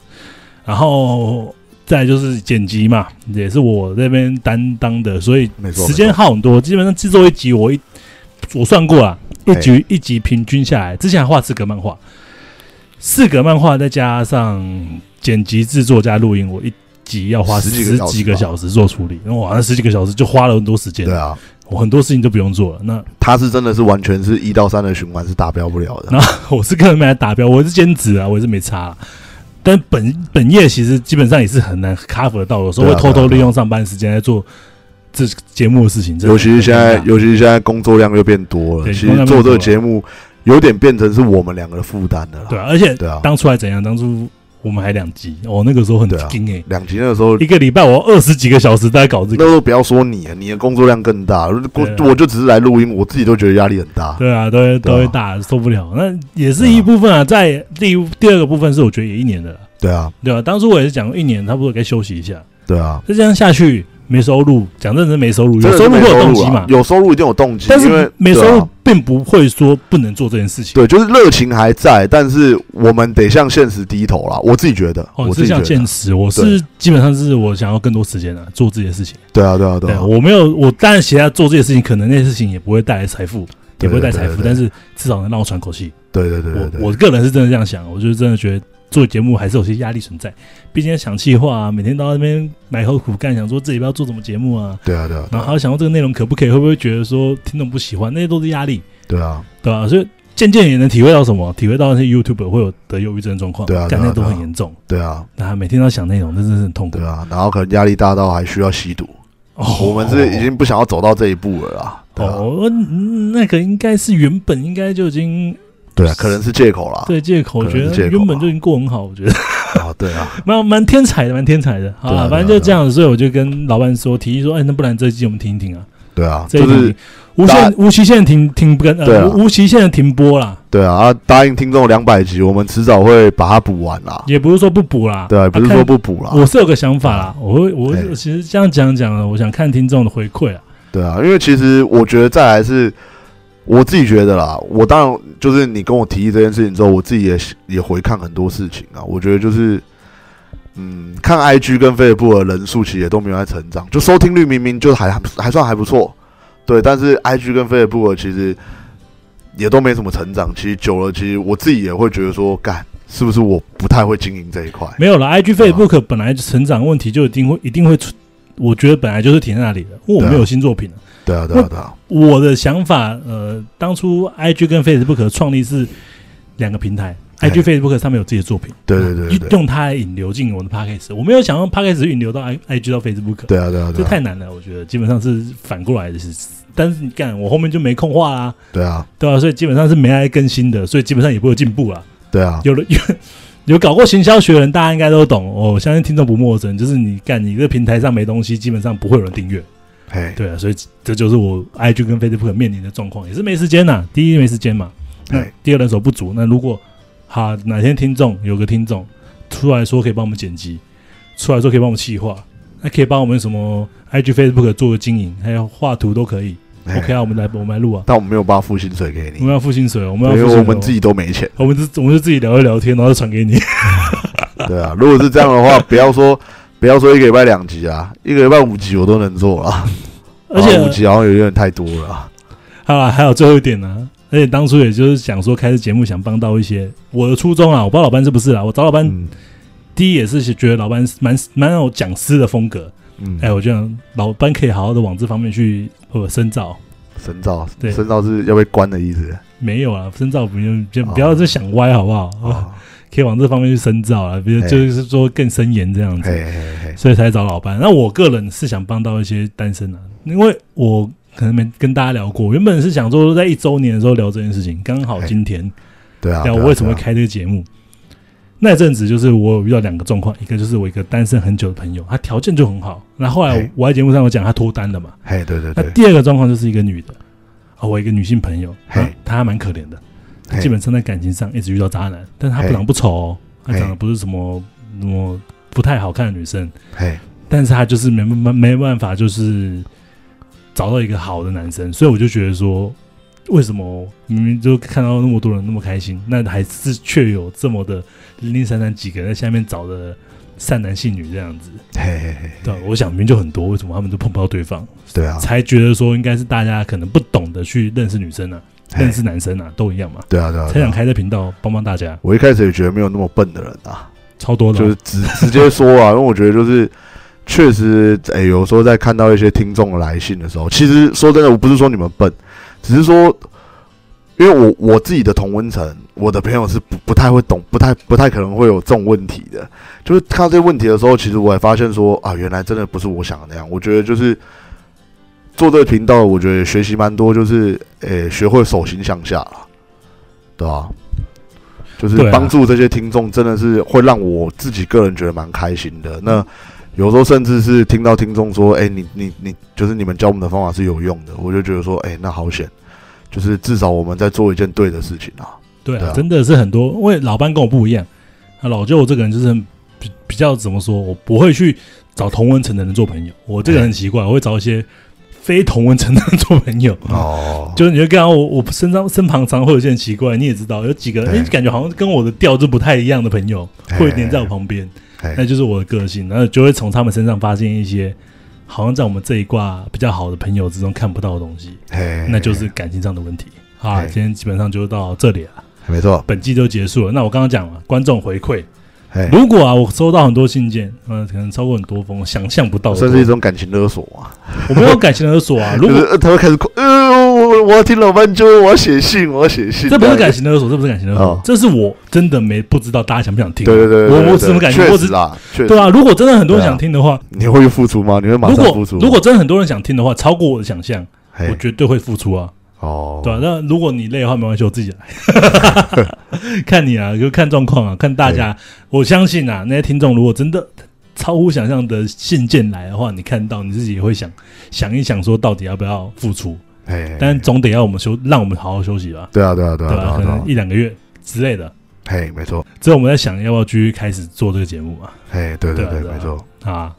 [SPEAKER 1] 然后再来就是剪辑嘛，也是我这边担当的，所以
[SPEAKER 2] 没错，
[SPEAKER 1] 时间
[SPEAKER 2] 没错
[SPEAKER 1] 耗很多。基本上制作一集我一我算过啦，
[SPEAKER 2] 哎
[SPEAKER 1] 一集、一集平均下来，之前还画四格漫画，四格漫画再加上剪辑、制作加录音，我一集要花
[SPEAKER 2] 十几
[SPEAKER 1] 十
[SPEAKER 2] 个小时
[SPEAKER 1] 几个
[SPEAKER 2] 吧
[SPEAKER 1] 小时做处理，那哇，那十几个小时就花了很多时间
[SPEAKER 2] 对，啊，
[SPEAKER 1] 我很多事情都不用做了。那
[SPEAKER 2] 他是真的是完全是一到三的循环是达标不了的。
[SPEAKER 1] 我是个人没来达标，我是兼职啊，我也是没差啊、但本本业其实基本上也是很难 cover 得到，有时候会
[SPEAKER 2] 对啊
[SPEAKER 1] 偷偷
[SPEAKER 2] 对啊
[SPEAKER 1] 利用上班时间来做这节目的事情。真的
[SPEAKER 2] 尤其是现
[SPEAKER 1] 很啊
[SPEAKER 2] 在
[SPEAKER 1] 尴，尬
[SPEAKER 2] 尤其是现在工作量又变多了，
[SPEAKER 1] 对
[SPEAKER 2] 其
[SPEAKER 1] 工作
[SPEAKER 2] 实
[SPEAKER 1] 量
[SPEAKER 2] 做
[SPEAKER 1] 变多
[SPEAKER 2] 这个
[SPEAKER 1] 了
[SPEAKER 2] 节目有点变成是我们两个的负担的
[SPEAKER 1] 对
[SPEAKER 2] 啦。
[SPEAKER 1] 啊，而且
[SPEAKER 2] 对啊，
[SPEAKER 1] 当初还怎样？当初我们还两集，我、那个时候很
[SPEAKER 2] 对啊
[SPEAKER 1] 惊诶、
[SPEAKER 2] 两集那个时候
[SPEAKER 1] 一个礼拜我二十几个小时都在搞这
[SPEAKER 2] 那
[SPEAKER 1] 个。
[SPEAKER 2] 时候不要说你，你的工作量更大。我
[SPEAKER 1] 对啊
[SPEAKER 2] 我就只是来录音，我自己都觉得压力很大。
[SPEAKER 1] 对啊，都会
[SPEAKER 2] 对啊
[SPEAKER 1] 都会大受不了，那也是一部分啊。在第一第二个部分是我觉得也一年的了，
[SPEAKER 2] 对啊，
[SPEAKER 1] 对吧、当初我也是讲过一年差不多该休息一下，
[SPEAKER 2] 对啊，
[SPEAKER 1] 再这样下去没收入，讲认真没收入，有
[SPEAKER 2] 真的
[SPEAKER 1] 收
[SPEAKER 2] 是
[SPEAKER 1] 入
[SPEAKER 2] 没
[SPEAKER 1] 会有动
[SPEAKER 2] 入
[SPEAKER 1] 机
[SPEAKER 2] 啊
[SPEAKER 1] 嘛？
[SPEAKER 2] 有收入一定有动机，
[SPEAKER 1] 但
[SPEAKER 2] 因为
[SPEAKER 1] 是没收
[SPEAKER 2] 对
[SPEAKER 1] 入
[SPEAKER 2] 啊
[SPEAKER 1] 并不会说不能做这件事情。
[SPEAKER 2] 对，就是热情还在，但是我们得向现实低头啦。我自己觉得，
[SPEAKER 1] 哦，
[SPEAKER 2] 我
[SPEAKER 1] 你
[SPEAKER 2] 自
[SPEAKER 1] 是
[SPEAKER 2] 己觉
[SPEAKER 1] 想
[SPEAKER 2] 得
[SPEAKER 1] 坚，持，我是基本上是我想要更多时间啊，做自己的事情。
[SPEAKER 2] 对啊，对啊，对
[SPEAKER 1] 对
[SPEAKER 2] 啊
[SPEAKER 1] 啊，，我没有，我当然其他做这些事情，可能那些事情也不会带来财富，也
[SPEAKER 2] 对
[SPEAKER 1] 不会带
[SPEAKER 2] 对
[SPEAKER 1] 财富，
[SPEAKER 2] 对
[SPEAKER 1] 但是至少能让我喘口气。
[SPEAKER 2] 对对对对
[SPEAKER 1] 我
[SPEAKER 2] 对，
[SPEAKER 1] 我个人是真的这样想，我就是真的觉得做节目还是有些压力存在，毕竟要想气话啊，每天到那边埋头苦干，想说自己要做什么节目啊，
[SPEAKER 2] 对啊，对啊，对
[SPEAKER 1] 然后
[SPEAKER 2] 啊
[SPEAKER 1] 还要想到这个内容可不可以，会不会觉得说听众不喜欢，那些都是压力。
[SPEAKER 2] 对啊，
[SPEAKER 1] 对啊，所以渐渐也能体会到什么，体会到那些 YouTube 会有得忧郁症状况，
[SPEAKER 2] 对啊
[SPEAKER 1] 干
[SPEAKER 2] 对啊
[SPEAKER 1] 那都很
[SPEAKER 2] 对啊
[SPEAKER 1] 严重。
[SPEAKER 2] 对啊，
[SPEAKER 1] 那他每天都想内容，真的是很痛苦
[SPEAKER 2] 对。啊，然后可能压力大到还需要吸毒，
[SPEAKER 1] 哦
[SPEAKER 2] 我们是已经不想要走到这一步了啦。对啊，
[SPEAKER 1] 哦，嗯那个应该是原本应该就已经
[SPEAKER 2] 对啊，可能是借口啦。
[SPEAKER 1] 对借口，我
[SPEAKER 2] 可能
[SPEAKER 1] 觉
[SPEAKER 2] 是
[SPEAKER 1] 得
[SPEAKER 2] 借口啊
[SPEAKER 1] 原本
[SPEAKER 2] 吧
[SPEAKER 1] 就已经过很好，我觉得
[SPEAKER 2] 啊，对啊，
[SPEAKER 1] 蛮蛮天才的，蛮天才的。好
[SPEAKER 2] 对啊
[SPEAKER 1] 啦，
[SPEAKER 2] 对啊
[SPEAKER 1] 反正就这样，所以我就跟老板说，提议说，哎，那不然这一季我们停一停啊，
[SPEAKER 2] 对啊，
[SPEAKER 1] 这一
[SPEAKER 2] 就
[SPEAKER 1] 季
[SPEAKER 2] 是
[SPEAKER 1] 停无
[SPEAKER 2] 大
[SPEAKER 1] 限无期限停停更，
[SPEAKER 2] 对
[SPEAKER 1] 呃，
[SPEAKER 2] 啊
[SPEAKER 1] 无无期限的停播啦，
[SPEAKER 2] 对啊，啊，答应听众两百集，我们迟早会把它补完啦。
[SPEAKER 1] 也不是说不补啦，
[SPEAKER 2] 对啊，不是
[SPEAKER 1] 看
[SPEAKER 2] 说不补啦。
[SPEAKER 1] 我是有个想法啦，我会我
[SPEAKER 2] 啊对
[SPEAKER 1] 我其实这样讲讲了，我想看听众的回馈啊。
[SPEAKER 2] 对啊，因为其实我觉得再来是，我自己觉得啦，我当然就是你跟我提议这件事情之后，我自己也也回看很多事情啊。我觉得就是，嗯，看 IG 跟 Facebook 的人数其实也都没有在成长，就收听率明明就还还算还不错，对，但是 IG 跟 Facebook 其实也都没什么成长。其实久了，其实我自己也会觉得说，干是不是我不太会经营这一块？
[SPEAKER 1] 没有了，IG
[SPEAKER 2] 对啊
[SPEAKER 1] Facebook 本来成长问题就一定会一定会出，我觉得本来就是停在那里的，因为我
[SPEAKER 2] 对啊
[SPEAKER 1] 没有新作品了。
[SPEAKER 2] 对啊，对啊，对啊，
[SPEAKER 1] 我的想法，呃，当初 IG 跟 Facebook 的创立是两个平台
[SPEAKER 2] 哎
[SPEAKER 1] ，IG、Facebook 上面有自己的作品，
[SPEAKER 2] 对对对对对，
[SPEAKER 1] 用它来引流进我的 Podcast，我没有想用 Podcast 引流到 I IG 到 Facebook，
[SPEAKER 2] 对啊，对啊，
[SPEAKER 1] 这
[SPEAKER 2] 对啊，
[SPEAKER 1] 太难了，我觉得基本上是反过来的事。但是你干，我后面就没空画啦、
[SPEAKER 2] 对啊，
[SPEAKER 1] 对啊，所以基本上是没来更新的，所以基本上也不会有进步啦。
[SPEAKER 2] 对啊，
[SPEAKER 1] 有了有有搞过行销学的人，大家应该都懂。我相信听众不陌生，就是你干你这个平台上没东西，基本上不会有人订阅。
[SPEAKER 2] 嘿，
[SPEAKER 1] 对啊，所以这就是我 IG 跟 Facebook 面临的状况，也是没时间呐、第一没时间嘛，那
[SPEAKER 2] 对
[SPEAKER 1] 第二人手不足。那如果好哪天听众有个听众出来说可以帮我们剪辑，出来说可以帮我们企划，那可以帮我们什么 IG、Facebook 做个经营，还有画图都可以。
[SPEAKER 2] 嘿
[SPEAKER 1] OK 啊，我们来我们来录啊，
[SPEAKER 2] 但我们没有办法付薪水给
[SPEAKER 1] 我
[SPEAKER 2] 你，
[SPEAKER 1] 们要付薪水哦，我们要
[SPEAKER 2] 因
[SPEAKER 1] 付
[SPEAKER 2] 为
[SPEAKER 1] 薪水哦，
[SPEAKER 2] 我们自己都没钱。
[SPEAKER 1] 我们就我们就自己聊一聊天，然后就传给 你。
[SPEAKER 2] 对啊，如果是这样 的话，不要说不要说一个礼拜两集啊，一个礼拜五集我都能做啊，
[SPEAKER 1] 而且
[SPEAKER 2] 啊五集好像有点太多了啊。
[SPEAKER 1] 好啦，还有最后一点呢、而且当初也就是想说，开始节目想帮到一些我的初衷啊，我不知道老班是不是啦。我找老班，
[SPEAKER 2] 嗯
[SPEAKER 1] 第一也是觉得老班蛮蛮有讲师的风格，
[SPEAKER 2] 嗯，
[SPEAKER 1] 哎、我觉得老班可以好好的往这方面去呃深造。
[SPEAKER 2] 深造，
[SPEAKER 1] 对
[SPEAKER 2] 深造是要被关的意思
[SPEAKER 1] 没有啊，深造不用就
[SPEAKER 2] 哦
[SPEAKER 1] 不要再想歪好不好？
[SPEAKER 2] 啊。
[SPEAKER 1] 可以往这方面去深造啊，比如
[SPEAKER 2] 哎
[SPEAKER 1] 就是说更深研这样子。
[SPEAKER 2] 嘿嘿嘿，
[SPEAKER 1] 所以才找老班。那我个人是想帮到一些单身男，因为我可能没跟大家聊过，原本是想说在一周年的时候聊这件事情，刚好今天
[SPEAKER 2] 对啊，
[SPEAKER 1] 聊
[SPEAKER 2] 对啊
[SPEAKER 1] 我为什么会
[SPEAKER 2] 对啊
[SPEAKER 1] 开这个节目。那阵子就是我有遇到两个状况，一个就是我一个单身很久的朋友，他条件就很好，那后来
[SPEAKER 2] 嘿
[SPEAKER 1] 我在节目上有讲他脱单了嘛。
[SPEAKER 2] 嘿，对对
[SPEAKER 1] 那
[SPEAKER 2] 对，
[SPEAKER 1] 第二个状况就是一个女的，啊，我一个女性朋友，
[SPEAKER 2] 嘿
[SPEAKER 1] 啊她还蛮可怜的，
[SPEAKER 2] 嘿
[SPEAKER 1] 基本上在感情上一直遇到渣男，但是她不
[SPEAKER 2] 嘿
[SPEAKER 1] 长不丑哦，她
[SPEAKER 2] 嘿
[SPEAKER 1] 长得不是什么什么不太好看的女生，
[SPEAKER 2] 嘿
[SPEAKER 1] 但是他就是没没没办法，就是找到一个好的男生，所以我就觉得说，为什么明明就看到那么多人那么开心，那还是却有这么的零零散散几个人在下面找的善男信女这样子？
[SPEAKER 2] 嘿嘿嘿，
[SPEAKER 1] 对啊、我想明明就很多，为什么他们都碰不到对方？
[SPEAKER 2] 对啊，
[SPEAKER 1] 才觉得说应该是大家可能不懂得去认识女生啊，
[SPEAKER 2] 嘿
[SPEAKER 1] 认识男生啊，都一样嘛。
[SPEAKER 2] 对啊对啊
[SPEAKER 1] 才
[SPEAKER 2] 对
[SPEAKER 1] 想
[SPEAKER 2] 啊。
[SPEAKER 1] 开这频道帮帮大家，
[SPEAKER 2] 我一开始也觉得没有那么笨的人啊，
[SPEAKER 1] 超多的
[SPEAKER 2] 就
[SPEAKER 1] 哦、
[SPEAKER 2] 是直直接说啊，因为我觉得就是确实，哎、有时候在看到一些听众的来信的时候，其实说真的，我不是说你们笨，只是说，因为我我自己的同温层，我的朋友是不不太会懂，不太不太可能会有这种问题的。就是看到这些问题的时候，其实我也发现说啊，原来真的不是我想的那样。我觉得就是。做这个频道，我觉得也学习蛮多，就是诶、学会手心向下了，对吧、就是
[SPEAKER 1] 对啊
[SPEAKER 2] 帮助这些听众，真的是会让我自己个人觉得蛮开心的。
[SPEAKER 1] 嗯
[SPEAKER 2] 那有时候甚至是听到听众说：“哎、你你你，就是你们教我们的方法是有用的。”我就觉得说：“哎、那好险，就是至少我们在做一件对的事情啊。
[SPEAKER 1] 对
[SPEAKER 2] 对
[SPEAKER 1] 啊
[SPEAKER 2] 啊，
[SPEAKER 1] 真的是很多，因为老班跟我不一样，啊，老舅这个人就是很比比较怎么说，我不会去找同文层的人做朋友，我这个人很奇怪，我会找一些非同文层的人做朋友。”
[SPEAKER 2] 哦，
[SPEAKER 1] 就是你会看到我，我身上身旁常会有些很奇怪，你也知道，有几个人、
[SPEAKER 2] 哎
[SPEAKER 1] 哎感觉好像跟我的调就不太一样的朋友，会黏在我旁边，
[SPEAKER 2] 哎
[SPEAKER 1] 那就是我的个性，然后就会从他们身上发现一些好像在我们这一卦比较好的朋友之中看不到的东西，
[SPEAKER 2] 嘿
[SPEAKER 1] 那就是感情上的问题。好啊，
[SPEAKER 2] 哎
[SPEAKER 1] 今天基本上就到这里了。
[SPEAKER 2] 没错，
[SPEAKER 1] 本季就结束了。那我刚刚讲了观众回馈，
[SPEAKER 2] 哎，
[SPEAKER 1] 如果啊我收到很多信件，嗯、可能超过很多封，想象不到的多，
[SPEAKER 2] 算是一种感情勒索啊。
[SPEAKER 1] 我没有感情勒索 啊。哦如
[SPEAKER 2] 就
[SPEAKER 1] 果
[SPEAKER 2] 是呃他会开始哭，呃，我我要听老班就我要写信，我要写信。
[SPEAKER 1] 这不是感情啊勒索，这不是感情勒索，
[SPEAKER 2] 哦
[SPEAKER 1] 这是我真的没不知道大家想不想听。啊
[SPEAKER 2] 对，对对对对，
[SPEAKER 1] 我我
[SPEAKER 2] 对
[SPEAKER 1] 怎么感觉
[SPEAKER 2] 确
[SPEAKER 1] 我
[SPEAKER 2] 实
[SPEAKER 1] 只
[SPEAKER 2] 啊，确实
[SPEAKER 1] 对。啊，如果真的很多人想听的话，
[SPEAKER 2] 你会付出吗？你会马
[SPEAKER 1] 如
[SPEAKER 2] 上
[SPEAKER 1] 果
[SPEAKER 2] 付出吗？哎
[SPEAKER 1] 如果真的很多人想听的话，超过我的想象，
[SPEAKER 2] 嘿
[SPEAKER 1] 我绝对会付出啊，
[SPEAKER 2] 哦，
[SPEAKER 1] 对啊，那如果你累的话，没关系，我自己来， 看你啊，就看状况啊，看大家。我相信啊，那些听众如果真的超乎想象的信件来的话，你看到你自己也会想想一想，说到底要不要付出？
[SPEAKER 2] 嘿，
[SPEAKER 1] 但总得要我们休，让我们好好休息吧，
[SPEAKER 2] 对啊，对啊，对啊，
[SPEAKER 1] 对
[SPEAKER 2] 对
[SPEAKER 1] 吧、
[SPEAKER 2] 啊，
[SPEAKER 1] 可
[SPEAKER 2] 对啊
[SPEAKER 1] 能一两个月之类的。
[SPEAKER 2] 嘿，没错，
[SPEAKER 1] 之后我们在想要不要继续开始做这个节目嘛？
[SPEAKER 2] 嘿，对
[SPEAKER 1] 对
[SPEAKER 2] 对
[SPEAKER 1] 啊
[SPEAKER 2] 对，
[SPEAKER 1] 对啊
[SPEAKER 2] 没错，
[SPEAKER 1] 啊，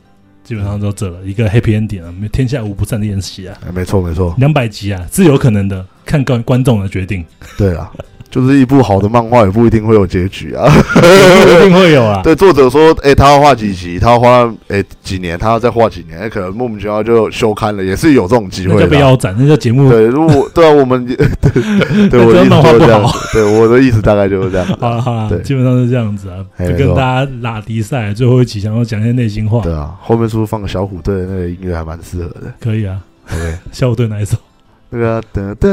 [SPEAKER 1] 基本上就这了，一个 happy ending 啊，没天下无不散的宴席啊，
[SPEAKER 2] 哎没错，没错，
[SPEAKER 1] 两百集啊是有可能的，看观观众的决 定，
[SPEAKER 2] 对啊，就是一部好的漫画也不一定会有结 局啊。
[SPEAKER 1] 一定会有啊。
[SPEAKER 2] 对，作者说，哎，他要画几集，他要画哎几年，他要再画几年，哎可能莫名其妙就休刊了，也是有这种机
[SPEAKER 1] 那
[SPEAKER 2] 会
[SPEAKER 1] 叫被
[SPEAKER 2] 的啊。
[SPEAKER 1] 腰斩，那叫节目。
[SPEAKER 2] 对，如果对啊，我们对
[SPEAKER 1] 那
[SPEAKER 2] 对，
[SPEAKER 1] 这
[SPEAKER 2] 我的
[SPEAKER 1] 样
[SPEAKER 2] 意
[SPEAKER 1] 漫
[SPEAKER 2] 思
[SPEAKER 1] 画
[SPEAKER 2] 就是
[SPEAKER 1] 不
[SPEAKER 2] 这样
[SPEAKER 1] 好
[SPEAKER 2] 子，对我的意思大概就是这样子
[SPEAKER 1] 好了
[SPEAKER 2] 啊。
[SPEAKER 1] 好了，
[SPEAKER 2] 对
[SPEAKER 1] 基本上是这样子啊，
[SPEAKER 2] 哎
[SPEAKER 1] 就
[SPEAKER 2] 没
[SPEAKER 1] 跟
[SPEAKER 2] 错
[SPEAKER 1] 大家拉迪赛最后一集，想要讲一些内心话
[SPEAKER 2] 对，啊，后面是不是放小虎队的那个音乐还蛮适合的
[SPEAKER 1] 可以啊。
[SPEAKER 2] ？OK。
[SPEAKER 1] 小虎队哪一首？
[SPEAKER 2] 那个啊哒哒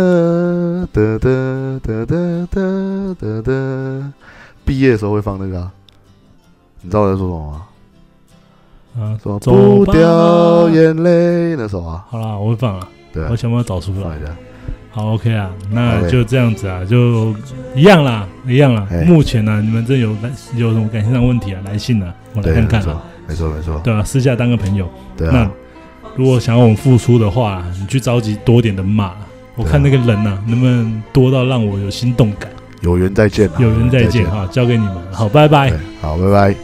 [SPEAKER 2] 哒哒哒哒哒哒哒，毕业的时候会放那个、啊，你知道我在说什么吗？
[SPEAKER 1] 啊，
[SPEAKER 2] 说
[SPEAKER 1] 走
[SPEAKER 2] 不
[SPEAKER 1] 吧
[SPEAKER 2] 掉眼泪那首啊，
[SPEAKER 1] 好啦，我会放了，
[SPEAKER 2] 对啊
[SPEAKER 1] 我，想办法找出来
[SPEAKER 2] 放。一下。
[SPEAKER 1] 好，OK 啊，那
[SPEAKER 2] OK
[SPEAKER 1] 就这样子啊，就一样啦，一样啦
[SPEAKER 2] 哎。
[SPEAKER 1] 目前啊呢，你们这有来有什么感情上的问题啊，来信啊，我来
[SPEAKER 2] 对，
[SPEAKER 1] 看
[SPEAKER 2] 没
[SPEAKER 1] 看
[SPEAKER 2] 错
[SPEAKER 1] 啊，，
[SPEAKER 2] 没错，没错，
[SPEAKER 1] 对啊，私下当个朋友。
[SPEAKER 2] 对
[SPEAKER 1] 那
[SPEAKER 2] 啊，
[SPEAKER 1] 如果想要我们付出的话，你去召集多点的马。我
[SPEAKER 2] 啊
[SPEAKER 1] 看那个人呐、能不能多到让我有心动感？
[SPEAKER 2] 有缘再见啊，
[SPEAKER 1] 有缘再见哈，交给你们，好，拜拜
[SPEAKER 2] 对。，好，拜拜。